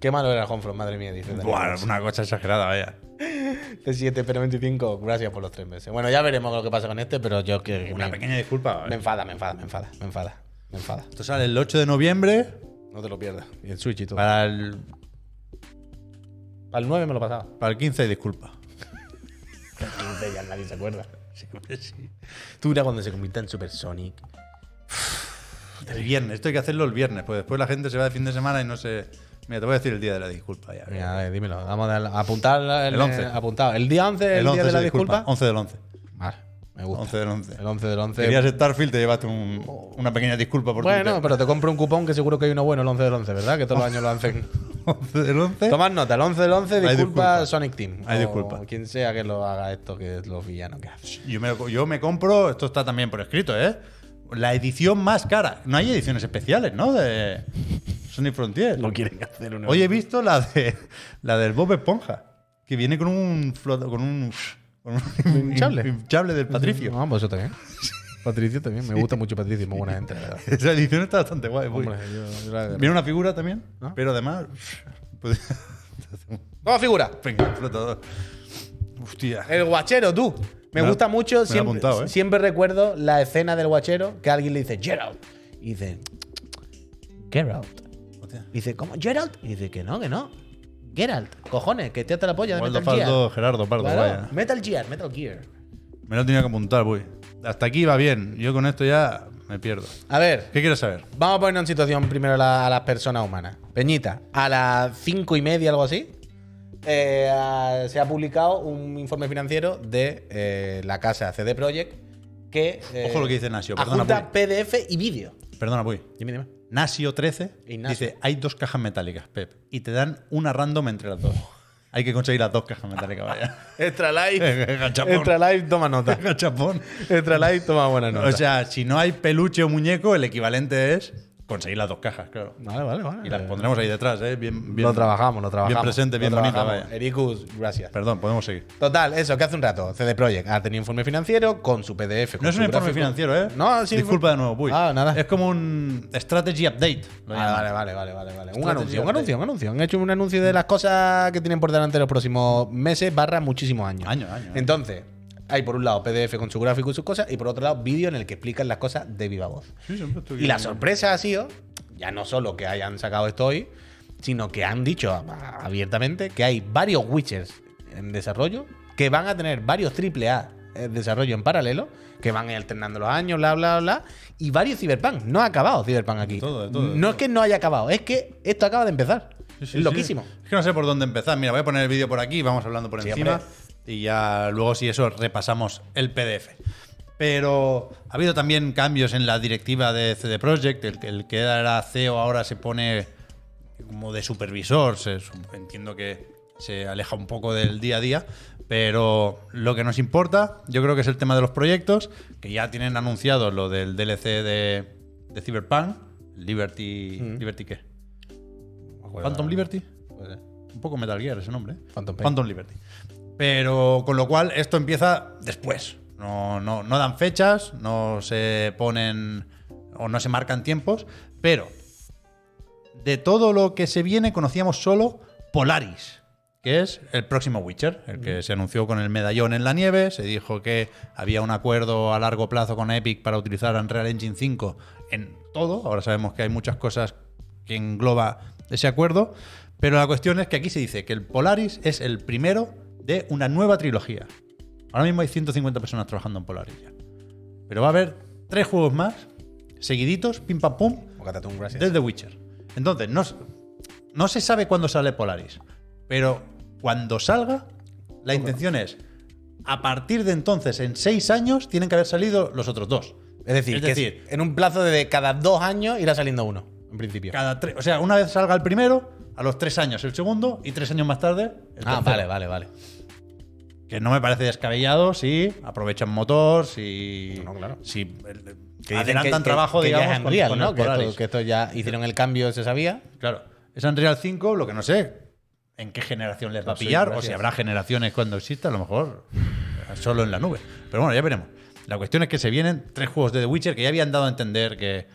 Speaker 2: Qué malo era el Homefront, madre mía, dice. Daniel.
Speaker 1: Buah, una cosa exagerada, vaya.
Speaker 2: T7 pero 25, gracias por los tres meses. Bueno, ya veremos lo que pasa con este, pero yo que.
Speaker 1: Una
Speaker 2: me,
Speaker 1: pequeña disculpa.
Speaker 2: me enfada, me enfada, me enfada, me enfada. Me enfada.
Speaker 1: Esto sale el 8 de noviembre
Speaker 2: No te lo pierdas. Y el Switch y todo.
Speaker 1: para el,
Speaker 2: Al 9 me lo pasaba.
Speaker 1: para el 15 hay disculpa.
Speaker 2: Entonces ya nadie se acuerda. Tú era cuando se convirtió en Super Sonic.
Speaker 1: El viernes, esto hay que hacerlo el viernes, pues después la gente se va de fin de semana y no se. Mira, te voy a decir el día de la disculpa ya.
Speaker 2: Mira, Eh, a ver, dímelo. Vamos a, dar- apuntar el,
Speaker 1: El 11.
Speaker 2: eh, apuntado. El día 11, el,
Speaker 1: el 11
Speaker 2: día de la
Speaker 1: se
Speaker 2: disculpa.
Speaker 1: 11 del 11.
Speaker 2: Vale, me gusta.
Speaker 1: 11 del 11.
Speaker 2: El 11 del 11.
Speaker 1: Querías Starfield, te llevaste un- una pequeña disculpa por
Speaker 2: Bueno,
Speaker 1: Twitter.
Speaker 2: pero te compro un cupón que seguro que hay uno bueno el 11 del 11, ¿verdad? Que todos los años lo [laughs] hacen.
Speaker 1: 11 [laughs] del 11.
Speaker 2: Tomad nota, el 11 del 11, ¿Eh? disculpa,
Speaker 1: Hay disculpa.
Speaker 2: Sonic Team.
Speaker 1: Hay
Speaker 2: o
Speaker 1: disculpa.
Speaker 2: Quien sea que lo haga esto, que es los villanos que [laughs] hacen.
Speaker 1: Yo me, yo me compro, esto está también por escrito, ¿eh? La edición más cara. No hay ediciones especiales, ¿no? De Sony Frontier.
Speaker 2: quieren hacer una.
Speaker 1: Hoy he visto la de la del Bob Esponja, que viene con un flota- con un, con un
Speaker 2: Hinchable.
Speaker 1: hinchable del Patricio.
Speaker 2: Vamos, pues eso [laughs] también. Patricio también. Me gusta mucho Patricio, muy buena gente, la [laughs] verdad.
Speaker 1: Esa edición está bastante guay. uy.
Speaker 2: Hombre, yo- yo la-
Speaker 1: Viene una figura también,
Speaker 2: ¿Ah?
Speaker 1: pero además [laughs] pues,
Speaker 2: Vamos, figura.
Speaker 1: venga, un flotador. Hostia.
Speaker 2: El guachero, tú.
Speaker 1: Me
Speaker 2: Me
Speaker 1: lo-
Speaker 2: gusta mucho.
Speaker 1: me lo he
Speaker 2: siempre,
Speaker 1: apuntado, ¿eh?
Speaker 2: siempre recuerdo la escena del guachero que alguien le dice Gerald. Y dice Gerald.
Speaker 1: Hostia.
Speaker 2: Y dice, ¿cómo? ¿Gerald? Y dice que no, que no. Geralt, cojones, que te hasta la polla de
Speaker 1: Waldo
Speaker 2: Metal
Speaker 1: Faldo,
Speaker 2: Gear.
Speaker 1: Gerardo Pardo,
Speaker 2: Claro,
Speaker 1: vaya.
Speaker 2: Metal Gear, Metal Gear.
Speaker 1: Me lo tenía que apuntar, voy. Hasta aquí va bien. Yo con esto ya me pierdo.
Speaker 2: A ver,
Speaker 1: ¿Qué quieres saber?
Speaker 2: vamos a ponernos en situación primero a, la- a las personas humanas. Peñita, a las cinco y media, algo así, eh, a- se ha publicado un informe financiero de eh, la casa CD Projekt que. eh,
Speaker 1: Ojo lo que dice Nasio, perdona,
Speaker 2: Adjunta PDF y vídeo.
Speaker 1: Perdona, voy.
Speaker 2: Dime, dime.
Speaker 1: Nasio 13
Speaker 2: Ignacio.
Speaker 1: dice, hay dos cajas metálicas, Pep, y te dan una random entre las dos. Hay que conseguir las dos cajas metálicas, vaya. [laughs]
Speaker 2: Extra [laughs] live.
Speaker 1: Gachapón.
Speaker 2: Extra live, toma nota.
Speaker 1: Gachapón.
Speaker 2: Extra live, toma buena
Speaker 1: [laughs]
Speaker 2: nota.
Speaker 1: O sea, si no hay peluche o muñeco, el equivalente es conseguir las dos cajas, claro.
Speaker 2: vale, vale, vale.
Speaker 1: Y las pondremos ahí detrás, ¿eh? Bien, bien-
Speaker 2: lo trabajamos, lo trabajamos.
Speaker 1: presente,
Speaker 2: lo
Speaker 1: bien bonita,
Speaker 2: trabajamos.
Speaker 1: vaya.
Speaker 2: Ericus, gracias.
Speaker 1: Perdón, podemos seguir.
Speaker 2: Total, eso, que hace un rato CD Projekt ha tenido informe financiero con su PDF. con
Speaker 1: No es
Speaker 2: su
Speaker 1: un informe
Speaker 2: gráfico.
Speaker 1: financiero, ¿eh?
Speaker 2: No, sí.
Speaker 1: Disculpa de nuevo, Puy.
Speaker 2: Ah, nada.
Speaker 1: Es como un strategy update. Ah, lo
Speaker 2: Vale,
Speaker 1: llaman.
Speaker 2: Ah, vale, vale, vale, vale, vale. Un
Speaker 1: Estrategia
Speaker 2: anuncio, un
Speaker 1: de-
Speaker 2: anuncio, un anuncio. Han hecho un anuncio de las cosas que tienen por delante los próximos meses, barra muchísimos años.
Speaker 1: Años, años, años.
Speaker 2: Entonces, hay por un lado PDF con su gráfico y sus cosas, y por otro lado, vídeo en el que explican las cosas de viva voz.
Speaker 1: Sí, siempre estoy-
Speaker 2: Y la sorpresa ha sido, ya no solo que hayan sacado esto hoy, sino que han dicho a- a- abiertamente que hay varios Witchers en desarrollo, que van a tener varios AAA en desarrollo en paralelo, que van alternando los años, bla, bla, bla, y varios Cyberpunk. No ha acabado Cyberpunk aquí.
Speaker 1: todo, de todo, de
Speaker 2: no es que no haya acabado, es que esto acaba de empezar.
Speaker 1: Sí, sí,
Speaker 2: es loquísimo.
Speaker 1: sí. Es que no sé por dónde empezar. Mira, voy a poner el vídeo por aquí y vamos hablando por
Speaker 2: Sí,
Speaker 1: encima.
Speaker 2: hombre.
Speaker 1: Y ya luego, si eso, repasamos el PDF. Pero ha habido también cambios en la directiva de CD Projekt. El, el que era CEO ahora se pone como de supervisor. se su- entiendo que se aleja un poco del día a día. Pero lo que nos importa, yo creo que es el tema de los proyectos, que ya tienen anunciado lo del DLC de, de Cyberpunk. Liberty.
Speaker 2: Mm.
Speaker 1: ¿Liberty qué? ¿Phantom Liberty?
Speaker 2: Puede ser.
Speaker 1: Un poco Metal Gear ese nombre. ¿eh?
Speaker 2: Phantom Pain.
Speaker 1: Liberty. Pero con lo cual esto empieza después. No, no, no dan fechas, no se ponen o no se marcan tiempos, pero de todo lo que se viene conocíamos solo Polaris, que es el próximo Witcher, el que se anunció con el medallón en la nieve, se dijo que había un acuerdo a largo plazo con Epic para utilizar Unreal Engine 5 en todo, ahora sabemos que hay muchas cosas que engloba ese acuerdo, pero la cuestión es que aquí se dice que el Polaris es el primero de una nueva trilogía. Ahora mismo hay 150 personas trabajando en Polaris ya. Pero va a haber tres juegos más, seguiditos, pim pam pum,
Speaker 2: Bocatatún, gracias.
Speaker 1: del The Witcher. Entonces, no, s- no se sabe cuándo sale Polaris, pero cuando salga, la intención es, a partir de entonces, en seis años, tienen que haber salido los otros dos.
Speaker 2: Es decir,
Speaker 1: Es
Speaker 2: que
Speaker 1: decir-
Speaker 2: en un plazo de cada dos años irá saliendo uno. en principio.
Speaker 1: Cada tres, o sea, una vez salga el primero, a los tres años el segundo y tres años más tarde el tercero.
Speaker 2: Ah, vale, vale, vale.
Speaker 1: Que no me parece descabellado si aprovechan motor, si.
Speaker 2: No, no, claro.
Speaker 1: Si eh,
Speaker 2: Que dicen
Speaker 1: adelantan
Speaker 2: que-
Speaker 1: trabajo,
Speaker 2: que- que ya
Speaker 1: digamos,
Speaker 2: es
Speaker 1: con-
Speaker 2: Unreal,
Speaker 1: con,
Speaker 2: ¿no?
Speaker 1: el
Speaker 2: Que
Speaker 1: Polaris.
Speaker 2: esto, que esto ya hicieron el cambio, se sabía.
Speaker 1: Claro. Es Unreal 5, lo que no sé en qué generación les va a
Speaker 2: Sí,
Speaker 1: pillar, o
Speaker 2: gracias.
Speaker 1: si habrá generaciones cuando exista, a lo mejor eh, solo en la nube. Pero bueno, ya veremos. La cuestión es que se vienen tres juegos de The Witcher que ya habían dado a entender que,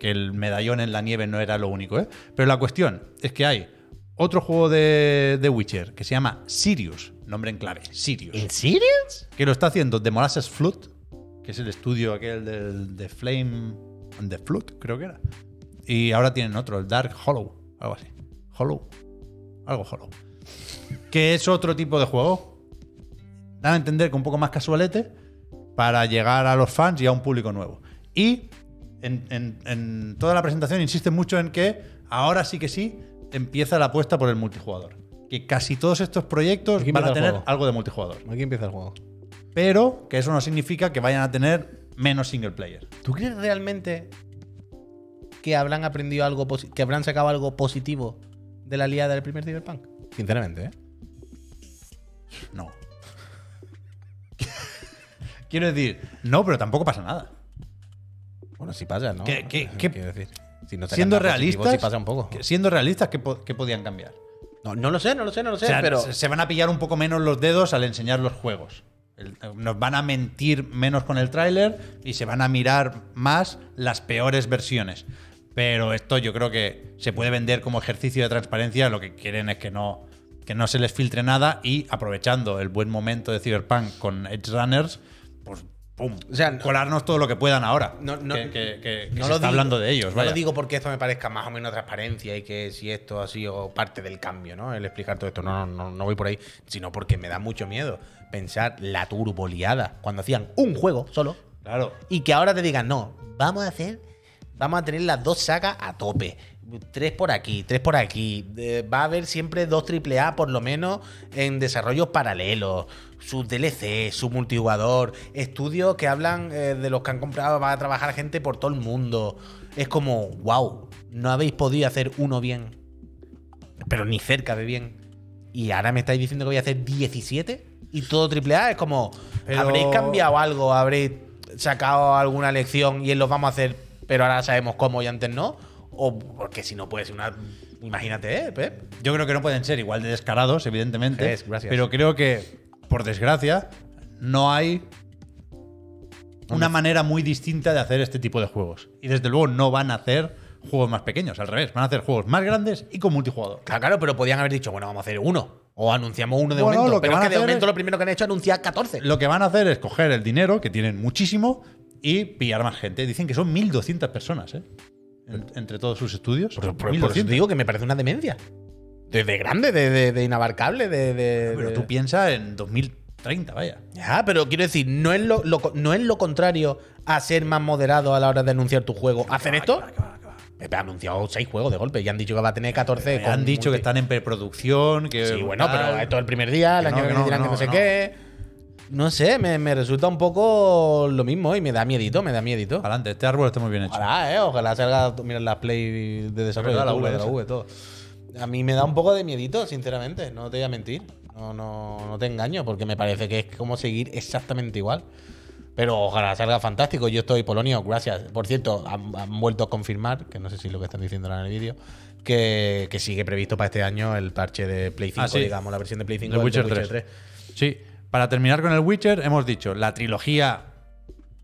Speaker 1: que el medallón en la nieve no era lo único, ¿eh? Pero la cuestión es que hay otro juego de The Witcher que se llama Sirius, nombre en clave, Sirius
Speaker 2: serio?
Speaker 1: que lo está haciendo The Molasses Flood, que es el estudio aquel del de Flame and the Flood, creo que era. Y ahora tienen otro, el Dark Hollow, algo así. Hollow. Algo Hollow. Que es otro tipo de juego. Dan a entender que un poco más casualete para llegar a los fans y a un público nuevo. Y en, en- en toda la presentación insisten mucho en que ahora sí que sí empieza la apuesta por el multijugador. Que casi todos estos proyectos
Speaker 2: Aquí
Speaker 1: van a
Speaker 2: empieza el
Speaker 1: tener
Speaker 2: juego.
Speaker 1: algo de multijugador
Speaker 2: Aquí empieza el juego.
Speaker 1: pero que eso no significa que vayan a tener menos single player.
Speaker 2: ¿Tú crees realmente que habrán aprendido algo, posi- que habrán sacado algo positivo de la liada del primer Cyberpunk? Sinceramente, ¿eh?
Speaker 1: No. [laughs] Quiero decir, no, pero tampoco pasa nada.
Speaker 2: Bueno, sí pasa, ¿no? Eh,
Speaker 1: ¿Qué- qué- qué-
Speaker 2: Quiero decir, si no sacan
Speaker 1: Siendo
Speaker 2: nada positivo,
Speaker 1: realistas,
Speaker 2: sí pasa un poco.
Speaker 1: que- siendo realistas, ¿qué, po- qué podían cambiar?
Speaker 2: No, no lo sé, no lo sé, no lo sé,
Speaker 1: O sea,
Speaker 2: pero
Speaker 1: se, se van a pillar un poco menos los dedos al enseñar los juegos. El- nos van a mentir menos con el tráiler y se van a mirar más las peores versiones. Pero esto yo creo que se puede vender como ejercicio de transparencia. Lo que quieren es que no, que no se les filtre nada y aprovechando el buen momento de Cyberpunk con Edge Runners, pues pum,
Speaker 2: O sea, no-
Speaker 1: colarnos todo lo que puedan ahora.
Speaker 2: No- no-
Speaker 1: que que- que- que
Speaker 2: no
Speaker 1: se
Speaker 2: lo
Speaker 1: está
Speaker 2: digo-
Speaker 1: hablando de ellos.
Speaker 2: No
Speaker 1: vaya.
Speaker 2: lo digo porque esto me parezca más o menos transparencia y que si esto ha sido parte del cambio, ¿no? El explicar todo esto. No, no, no, no voy por ahí. Sino porque me da mucho miedo pensar la turboleada cuando hacían un juego solo
Speaker 1: Claro.
Speaker 2: y que ahora te digan, no, vamos a hacer, vamos a tener las dos sagas a tope. Tres por aquí, tres por aquí. Eh, va a haber siempre dos triple A por lo menos en desarrollos paralelos. Sus DLC, su multijugador, estudios que hablan eh, de los que han comprado, va a trabajar gente por todo el mundo. Es como, wow, no habéis podido hacer uno bien, pero ni cerca de bien. Y ahora me estáis diciendo que voy a hacer 17 y todo triple A. Es como,
Speaker 1: Pero-
Speaker 2: habréis cambiado algo, habréis sacado alguna lección y los vamos a hacer, pero ahora sabemos cómo y antes no. O porque si no puede ser una. Imagínate, eh, Pep.
Speaker 1: Yo creo que no pueden ser igual de descarados, evidentemente.
Speaker 2: Es, gracias.
Speaker 1: Pero creo que, por desgracia, no hay una manera muy distinta de hacer este tipo de juegos. Y desde luego no van a hacer juegos más pequeños, al revés, van a hacer juegos más grandes y con multijugador.
Speaker 2: Claro, claro, pero podían haber dicho, bueno, vamos a hacer uno. O anunciamos uno de
Speaker 1: Bueno,
Speaker 2: momento.
Speaker 1: lo que
Speaker 2: pero es
Speaker 1: van
Speaker 2: que
Speaker 1: a
Speaker 2: de
Speaker 1: hacer
Speaker 2: momento
Speaker 1: es-
Speaker 2: lo primero que han hecho es anunciar 14.
Speaker 1: Lo que van a hacer es coger el dinero, que tienen muchísimo, y pillar más gente. Dicen que son 1.200 personas, ¿eh? En- entre todos sus estudios.
Speaker 2: Por, por- por eso
Speaker 1: 1200.
Speaker 2: te digo que me parece una demencia. De, de grande, de, de- de inabarcable, de. de-
Speaker 1: Pero
Speaker 2: de-
Speaker 1: tú piensas en 2030, vaya.
Speaker 2: Ya, pero quiero decir, no es lo, lo co- no es lo contrario a ser más moderado a la hora de anunciar tu juego. ¿Hacen esto? Pepe ha anunciado seis juegos de golpe y han dicho que va a tener 14.
Speaker 1: han
Speaker 2: Eh, con
Speaker 1: dicho que
Speaker 2: multi-
Speaker 1: están en preproducción, que...
Speaker 2: Sí, bueno, pero
Speaker 1: tal.
Speaker 2: esto es el primer día, el
Speaker 1: Que
Speaker 2: año
Speaker 1: no,
Speaker 2: que
Speaker 1: que
Speaker 2: viene
Speaker 1: no,
Speaker 2: dirán que no
Speaker 1: no,
Speaker 2: sé
Speaker 1: no.
Speaker 2: qué. No sé, me, me resulta un poco lo mismo y me da miedito, me da miedito.
Speaker 1: Adelante, este árbol está muy bien hecho.
Speaker 2: Ojalá, eh, ojalá salga, mira, la play de desarrollo,
Speaker 1: Verdad, la
Speaker 2: todo,
Speaker 1: V
Speaker 2: la
Speaker 1: esa.
Speaker 2: V, todo. A mí me da un poco de miedito, sinceramente, no te voy a mentir. No, no, no te engaño, porque me parece que es como seguir exactamente igual. Pero ojalá salga fantástico. Yo estoy Polonio, gracias. Por cierto, han, han vuelto a confirmar, que no sé si es lo que están diciendo ahora en el vídeo, que, que sigue previsto para este año el parche de Play 5,
Speaker 1: Ah, sí.
Speaker 2: digamos, la versión de Play 5
Speaker 1: The
Speaker 2: del
Speaker 1: Witcher 3. Sí, para terminar con el Witcher, hemos dicho la trilogía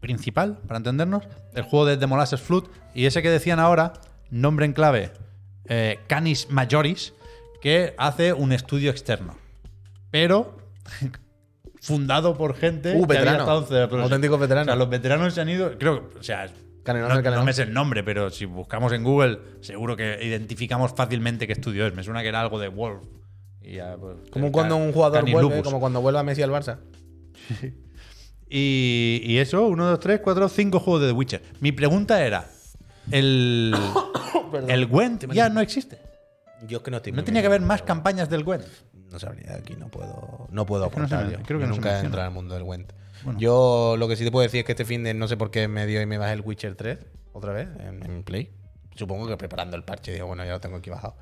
Speaker 1: principal, para entendernos, el juego de The Molasses Flood y ese que decían ahora, nombre en clave, eh, Canis Majoris, que hace un estudio externo, pero [laughs] fundado por gente
Speaker 2: Uh,
Speaker 1: que había
Speaker 2: veterano.
Speaker 1: estado en Cerebro Rosso.
Speaker 2: Auténticos veteranos.
Speaker 1: O sea, los veteranos se han ido, creo, o sea,
Speaker 2: Canelón,
Speaker 1: no,
Speaker 2: el canelón.
Speaker 1: no me sé el nombre, pero si buscamos en Google, seguro que identificamos fácilmente qué estudio es. Me suena que era algo de Wolf. y ya, pues,
Speaker 2: Como
Speaker 1: el
Speaker 2: cuando
Speaker 1: Can-
Speaker 2: un jugador
Speaker 1: Canis
Speaker 2: vuelve,
Speaker 1: Lupus.
Speaker 2: como cuando vuelva Messi al Barça.
Speaker 1: Y, y eso, 1, 2, 3, 4, 5 juegos de The Witcher. Mi pregunta era:
Speaker 2: [coughs]
Speaker 1: ¿el, el Gwent ya no existe?
Speaker 2: Yo es que no estoy
Speaker 1: ¿No
Speaker 2: muy
Speaker 1: tenía que
Speaker 2: metido.
Speaker 1: haber más campañas del Gwent?
Speaker 2: No sabría, aquí no puedo, no puedo
Speaker 1: que no se
Speaker 2: aportar
Speaker 1: men-
Speaker 2: yo.
Speaker 1: creo que
Speaker 2: Yo
Speaker 1: no se
Speaker 2: nunca he
Speaker 1: menciona.
Speaker 2: entrado al mundo del Went.
Speaker 1: Bueno.
Speaker 2: Yo lo que sí te puedo decir es que este fin de no sé por qué me dio y me bajé el Witcher 3 otra vez en, en Play. Supongo que preparando el parche, digo, bueno, ya lo tengo aquí bajado.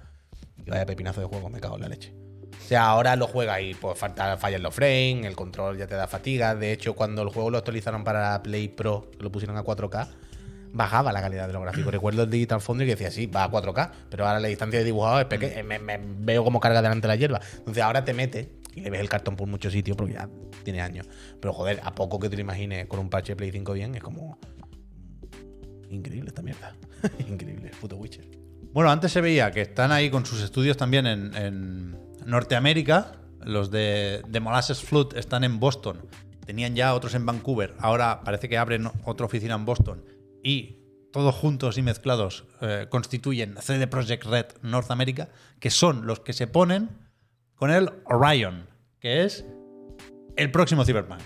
Speaker 2: Y vaya pepinazo de juego, me cago en la leche. O sea, ahora lo juega y pues falta, fallan los frames, el control ya te da fatiga. De hecho, cuando el juego lo actualizaron para la Play Pro, que lo pusieron a 4K, bajaba la calidad de los gráficos. Recuerdo el Digital Foundry que decía, sí, va a 4K, pero ahora la distancia de dibujado es pequeña, me, me veo como carga delante la hierba. Entonces ahora te mete y le ves el cartón por muchos sitios porque ya tiene años. Pero joder, a poco que te lo imagines con un parche de Play 5 bien, es como... Increíble esta mierda. [laughs] Increíble, puto Witcher.
Speaker 1: Bueno, antes se veía que están ahí con sus estudios también en, en Norteamérica. Los de, de Molasses Flood están en Boston. Tenían ya otros en Vancouver. Ahora parece que abren otra oficina en Boston. Y todos juntos y mezclados eh, constituyen CD Projekt Red Norteamérica, que son los que se ponen con el Orion, que es el próximo Cyberpunk.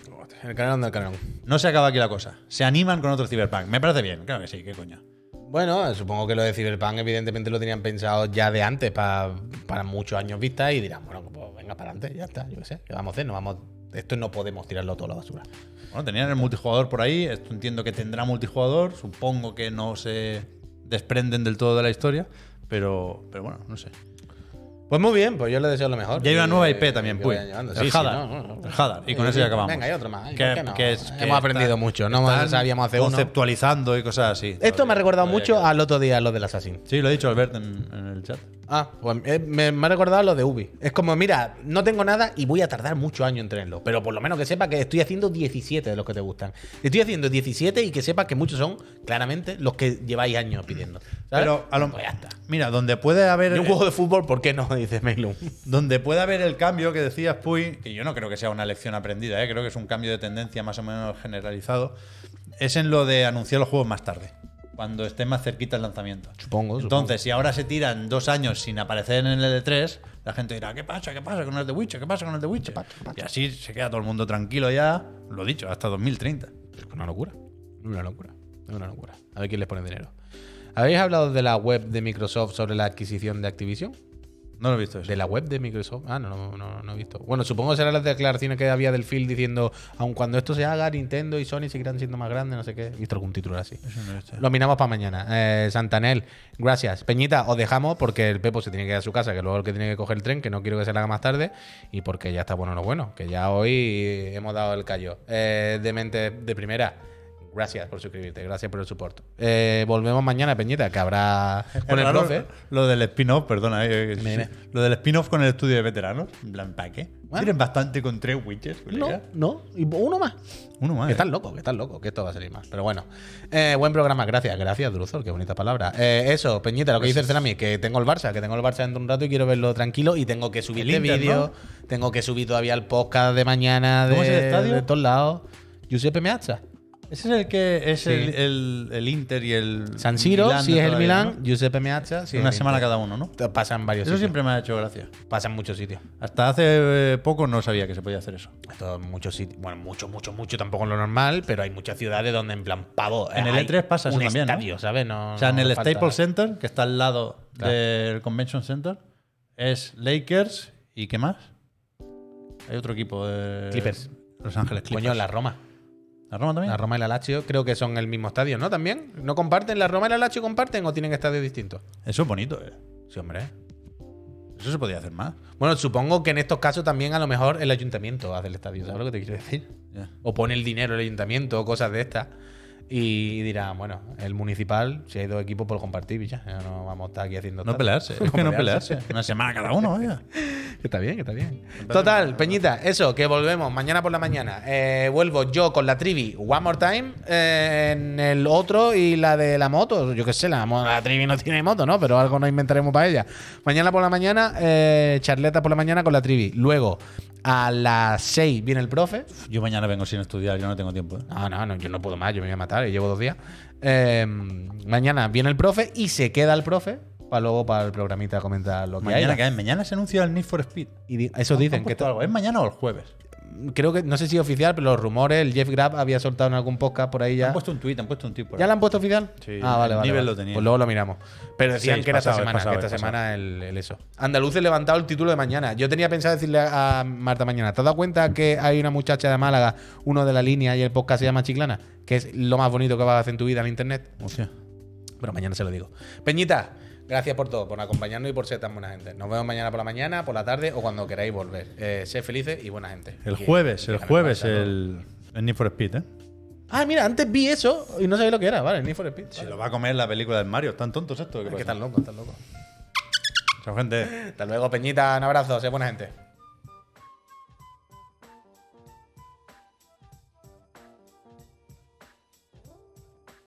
Speaker 2: El canal del canal.
Speaker 1: No se acaba aquí la cosa. Se animan con otro Cyberpunk. Me parece bien, claro que sí, qué coño.
Speaker 2: Bueno, supongo que lo de Cyberpunk evidentemente lo tenían pensado ya de antes pa- para muchos años vista y dirán, bueno, pues venga para adelante, ya está, yo qué sé, ¿qué vamos a hacer? No vamos, esto no podemos tirarlo todo a la basura.
Speaker 1: Bueno, tenían el multijugador por ahí. Esto entiendo que tendrá multijugador. Supongo que no se desprenden del todo de la historia. Pero, pero bueno, no sé.
Speaker 2: Pues muy bien, pues yo le deseo lo mejor.
Speaker 1: Ya hay una
Speaker 2: Y,
Speaker 1: nueva
Speaker 2: eh,
Speaker 1: IP también,
Speaker 2: que
Speaker 1: Puy.
Speaker 2: vayan llevando.
Speaker 1: El
Speaker 2: Sí, sí,
Speaker 1: Hadar.
Speaker 2: no, no, no.
Speaker 1: El Hadar. Y con eso ya acabamos.
Speaker 2: Venga, hay otro más. ¿Y
Speaker 1: Que-
Speaker 2: por qué no?
Speaker 1: que es- que
Speaker 2: Hemos
Speaker 1: está-
Speaker 2: aprendido mucho, no
Speaker 1: están
Speaker 2: sabíamos hacer uno.
Speaker 1: Conceptualizando y cosas así.
Speaker 2: Esto me ha recordado
Speaker 1: Todavía
Speaker 2: mucho
Speaker 1: queda.
Speaker 2: al otro día, lo del Assassin.
Speaker 1: Sí, lo ha dicho Albert en, en el chat.
Speaker 2: Ah, pues eh, me, me ha recordado lo de Ubi. Es como, mira, no tengo nada y voy a tardar muchos años en tenerlo. Pero por lo menos que sepa que estoy haciendo 17 de los que te gustan. Estoy haciendo 17 y que sepa que muchos son, claramente, los que lleváis años pidiendo. ¿sabes?
Speaker 1: Pero a lo-
Speaker 2: Pues ya está.
Speaker 1: Mira, donde puede haber.
Speaker 2: Y un juego de fútbol, ¿por qué no? [laughs] Dice Meilun.
Speaker 1: Donde puede haber el cambio que decías, Puy, que yo no creo que sea una lección aprendida, ¿eh? creo que es un cambio de tendencia más o menos generalizado, es en lo de anunciar los juegos más tarde, cuando esté más cerquita el lanzamiento.
Speaker 2: Supongo,
Speaker 1: Entonces, si ahora se tiran dos años sin aparecer en el E3, la gente dirá, ¿qué pasa? ¿Qué pasa con el de Witcher? ¿Qué pasa con el de Witcher? Y así se queda todo el mundo tranquilo ya, lo dicho, hasta 2030.
Speaker 2: Es una locura. Es una locura. Es una locura. A ver quién les pone dinero. ¿Habéis hablado de la web de Microsoft sobre la adquisición de Activision?
Speaker 1: No lo he visto eso.
Speaker 2: De la web de Microsoft. Ah, no, no, no, no he visto. Bueno, supongo que serán las declaraciones que había del Phil diciendo, aun cuando esto se haga, Nintendo y Sony seguirán siendo más grandes, no sé qué. He visto algún titular así.
Speaker 1: Eso no lo he visto.
Speaker 2: Lo miramos para mañana. Eh, Santanel, gracias. Peñita, os dejamos porque el Pepo se tiene que ir a su casa, que luego el que tiene que coger el tren, que no quiero que se la haga más tarde, y porque ya está bueno lo bueno, que ya hoy hemos dado el callo. Eh, de mente de primera, gracias por suscribirte, gracias por el soporte. volvemos mañana, Peñita, que habrá con
Speaker 1: Es
Speaker 2: el
Speaker 1: raro
Speaker 2: profe.
Speaker 1: Lo del spin-off, perdona. eh, eh,
Speaker 2: Dime, dime.
Speaker 1: sí. Lo del spin-off con el estudio de veteranos. En plan, ¿para qué?
Speaker 2: Bueno.
Speaker 1: Tienes bastante con tres Witchers, colega.
Speaker 2: no, y uno más.
Speaker 1: Uno más.
Speaker 2: Que
Speaker 1: eh.
Speaker 2: estás loco, que estás loco, que esto va a salir mal. Pero bueno, Eh, buen programa, gracias, gracias, Druzor, qué bonita palabra. Eh, eso, Peñita, lo que dice el Cerami, que tengo el Barça, que tengo el Barça dentro de un rato y quiero verlo tranquilo y tengo que subir
Speaker 1: El
Speaker 2: este
Speaker 1: Inter,
Speaker 2: vídeo, tengo que subir todavía el podcast de mañana de,
Speaker 1: ¿Cómo es el estadio?
Speaker 2: de todos lados. Giuseppe Meazza,
Speaker 1: Ese es el que es
Speaker 2: Sí.
Speaker 1: el, el- el Inter y el.
Speaker 2: San Siro,
Speaker 1: Milán
Speaker 2: si
Speaker 1: de
Speaker 2: es el
Speaker 1: toda la
Speaker 2: Milán,
Speaker 1: vida, ¿no?
Speaker 2: Giuseppe Meazza, si es
Speaker 1: Una
Speaker 2: el
Speaker 1: semana
Speaker 2: Inter.
Speaker 1: cada uno, ¿no?
Speaker 2: Pasan varios
Speaker 1: Eso
Speaker 2: sitios,
Speaker 1: siempre me ha hecho gracia.
Speaker 2: pasan muchos sitios.
Speaker 1: Hasta hace eh, poco no sabía que se podía hacer eso.
Speaker 2: Esto, muchos sitios, bueno, mucho, mucho, mucho, tampoco lo normal, pero hay muchas ciudades donde en plan pavo.
Speaker 1: En el
Speaker 2: hay
Speaker 1: E3 pasa eso
Speaker 2: un
Speaker 1: también, ¿no?
Speaker 2: estadio, ¿sabes? No,
Speaker 1: O sea, en
Speaker 2: no
Speaker 1: el
Speaker 2: falta-
Speaker 1: Staples Center, que está al lado
Speaker 2: Claro.
Speaker 1: del Convention Center, es Lakers y ¿qué más? Hay otro equipo. eh,
Speaker 2: Clippers.
Speaker 1: Los Ángeles Clippers.
Speaker 2: Coño, la Roma.
Speaker 1: ¿La Roma también?
Speaker 2: La Roma y la Lazio creo que son el mismo estadio, ¿no? También. ¿No comparten? ¿La Roma y la Lazio comparten o tienen estadios distintos?
Speaker 1: Eso es bonito, eh.
Speaker 2: Sí, hombre.
Speaker 1: Eso se podía hacer más.
Speaker 2: Bueno, supongo que en estos casos también a lo mejor el ayuntamiento hace el estadio, ¿sabes lo que te quiero decir?
Speaker 1: Ya.
Speaker 2: O pone el dinero el ayuntamiento o cosas de estas. Y dirá, bueno, el municipal, si hay dos equipos, por compartir y ya. Ya No vamos a estar aquí haciendo.
Speaker 1: No
Speaker 2: tal.
Speaker 1: pelearse,
Speaker 2: [laughs]
Speaker 1: es que no pelearse. Una semana cada uno, vaya.
Speaker 2: Que Está bien, que está bien. Total, Peñita, eso, que volvemos mañana por la mañana. Eh, vuelvo yo con la trivi One More Time eh, en el otro y la de la moto. Yo qué sé, la, mo- la trivi no tiene moto, ¿no? Pero algo nos inventaremos para ella. Mañana por la mañana, eh, charleta por la mañana con la trivi. Luego, a las 6 viene el profe.
Speaker 1: Yo mañana vengo sin estudiar, yo no tengo tiempo. ¿eh?
Speaker 2: No, no, no, yo no puedo más, yo me voy a matar, llevo dos días. Eh, mañana viene el profe y se queda el profe para luego para el programita comentar lo que
Speaker 1: Mañana,
Speaker 2: haya.
Speaker 1: que es, mañana se anuncia el Need for Speed.
Speaker 2: Y di- eso
Speaker 1: ¿Han
Speaker 2: dicen que
Speaker 1: puesto algo. ¿Es mañana o el jueves?
Speaker 2: creo que no sé si oficial, pero los rumores, el Jeff Grab había soltado en algún podcast por ahí
Speaker 1: Han
Speaker 2: ya.
Speaker 1: puesto un tweet, han puesto un tweet por
Speaker 2: ¿Ya
Speaker 1: ahí.
Speaker 2: lo han puesto oficial?
Speaker 1: Sí,
Speaker 2: ah, vale,
Speaker 1: el
Speaker 2: vale.
Speaker 1: nivel
Speaker 2: vale.
Speaker 1: lo tenía.
Speaker 2: Pues luego lo miramos. Pero decían
Speaker 1: Sí, es
Speaker 2: que era esta
Speaker 1: pasado, es
Speaker 2: semana,
Speaker 1: pasado,
Speaker 2: que esta
Speaker 1: es pasado.
Speaker 2: semana el, el eso. Andaluces levantado el título de mañana. Yo tenía pensado decirle a Marta mañana, ¿te has dado cuenta que hay una muchacha de Málaga, uno de la línea y el podcast se llama Chiclana? Que es lo más bonito que vas a hacer en tu vida en internet.
Speaker 1: Hostia.
Speaker 2: Pero pero mañana se lo digo. Peñita, gracias por todo, por acompañarnos y por ser tan buena gente. Nos vemos mañana por la mañana, por la tarde o cuando queráis volver. Eh, sed felices y buena gente.
Speaker 1: El
Speaker 2: Que-
Speaker 1: jueves,
Speaker 2: que
Speaker 1: el
Speaker 2: ganen
Speaker 1: jueves,
Speaker 2: pasta, ¿no?
Speaker 1: el, el Need for Speed, ¿eh?
Speaker 2: Ah, mira, antes vi eso y no sabía lo que era, vale, el Need for Speed.
Speaker 1: Se
Speaker 2: Vale.
Speaker 1: lo va a comer la película del Mario. ¿Están tontos esto?
Speaker 2: Es que están locos, están locos.
Speaker 1: Chao, gente.
Speaker 2: Hasta luego, Peñita, un abrazo, sé buena gente.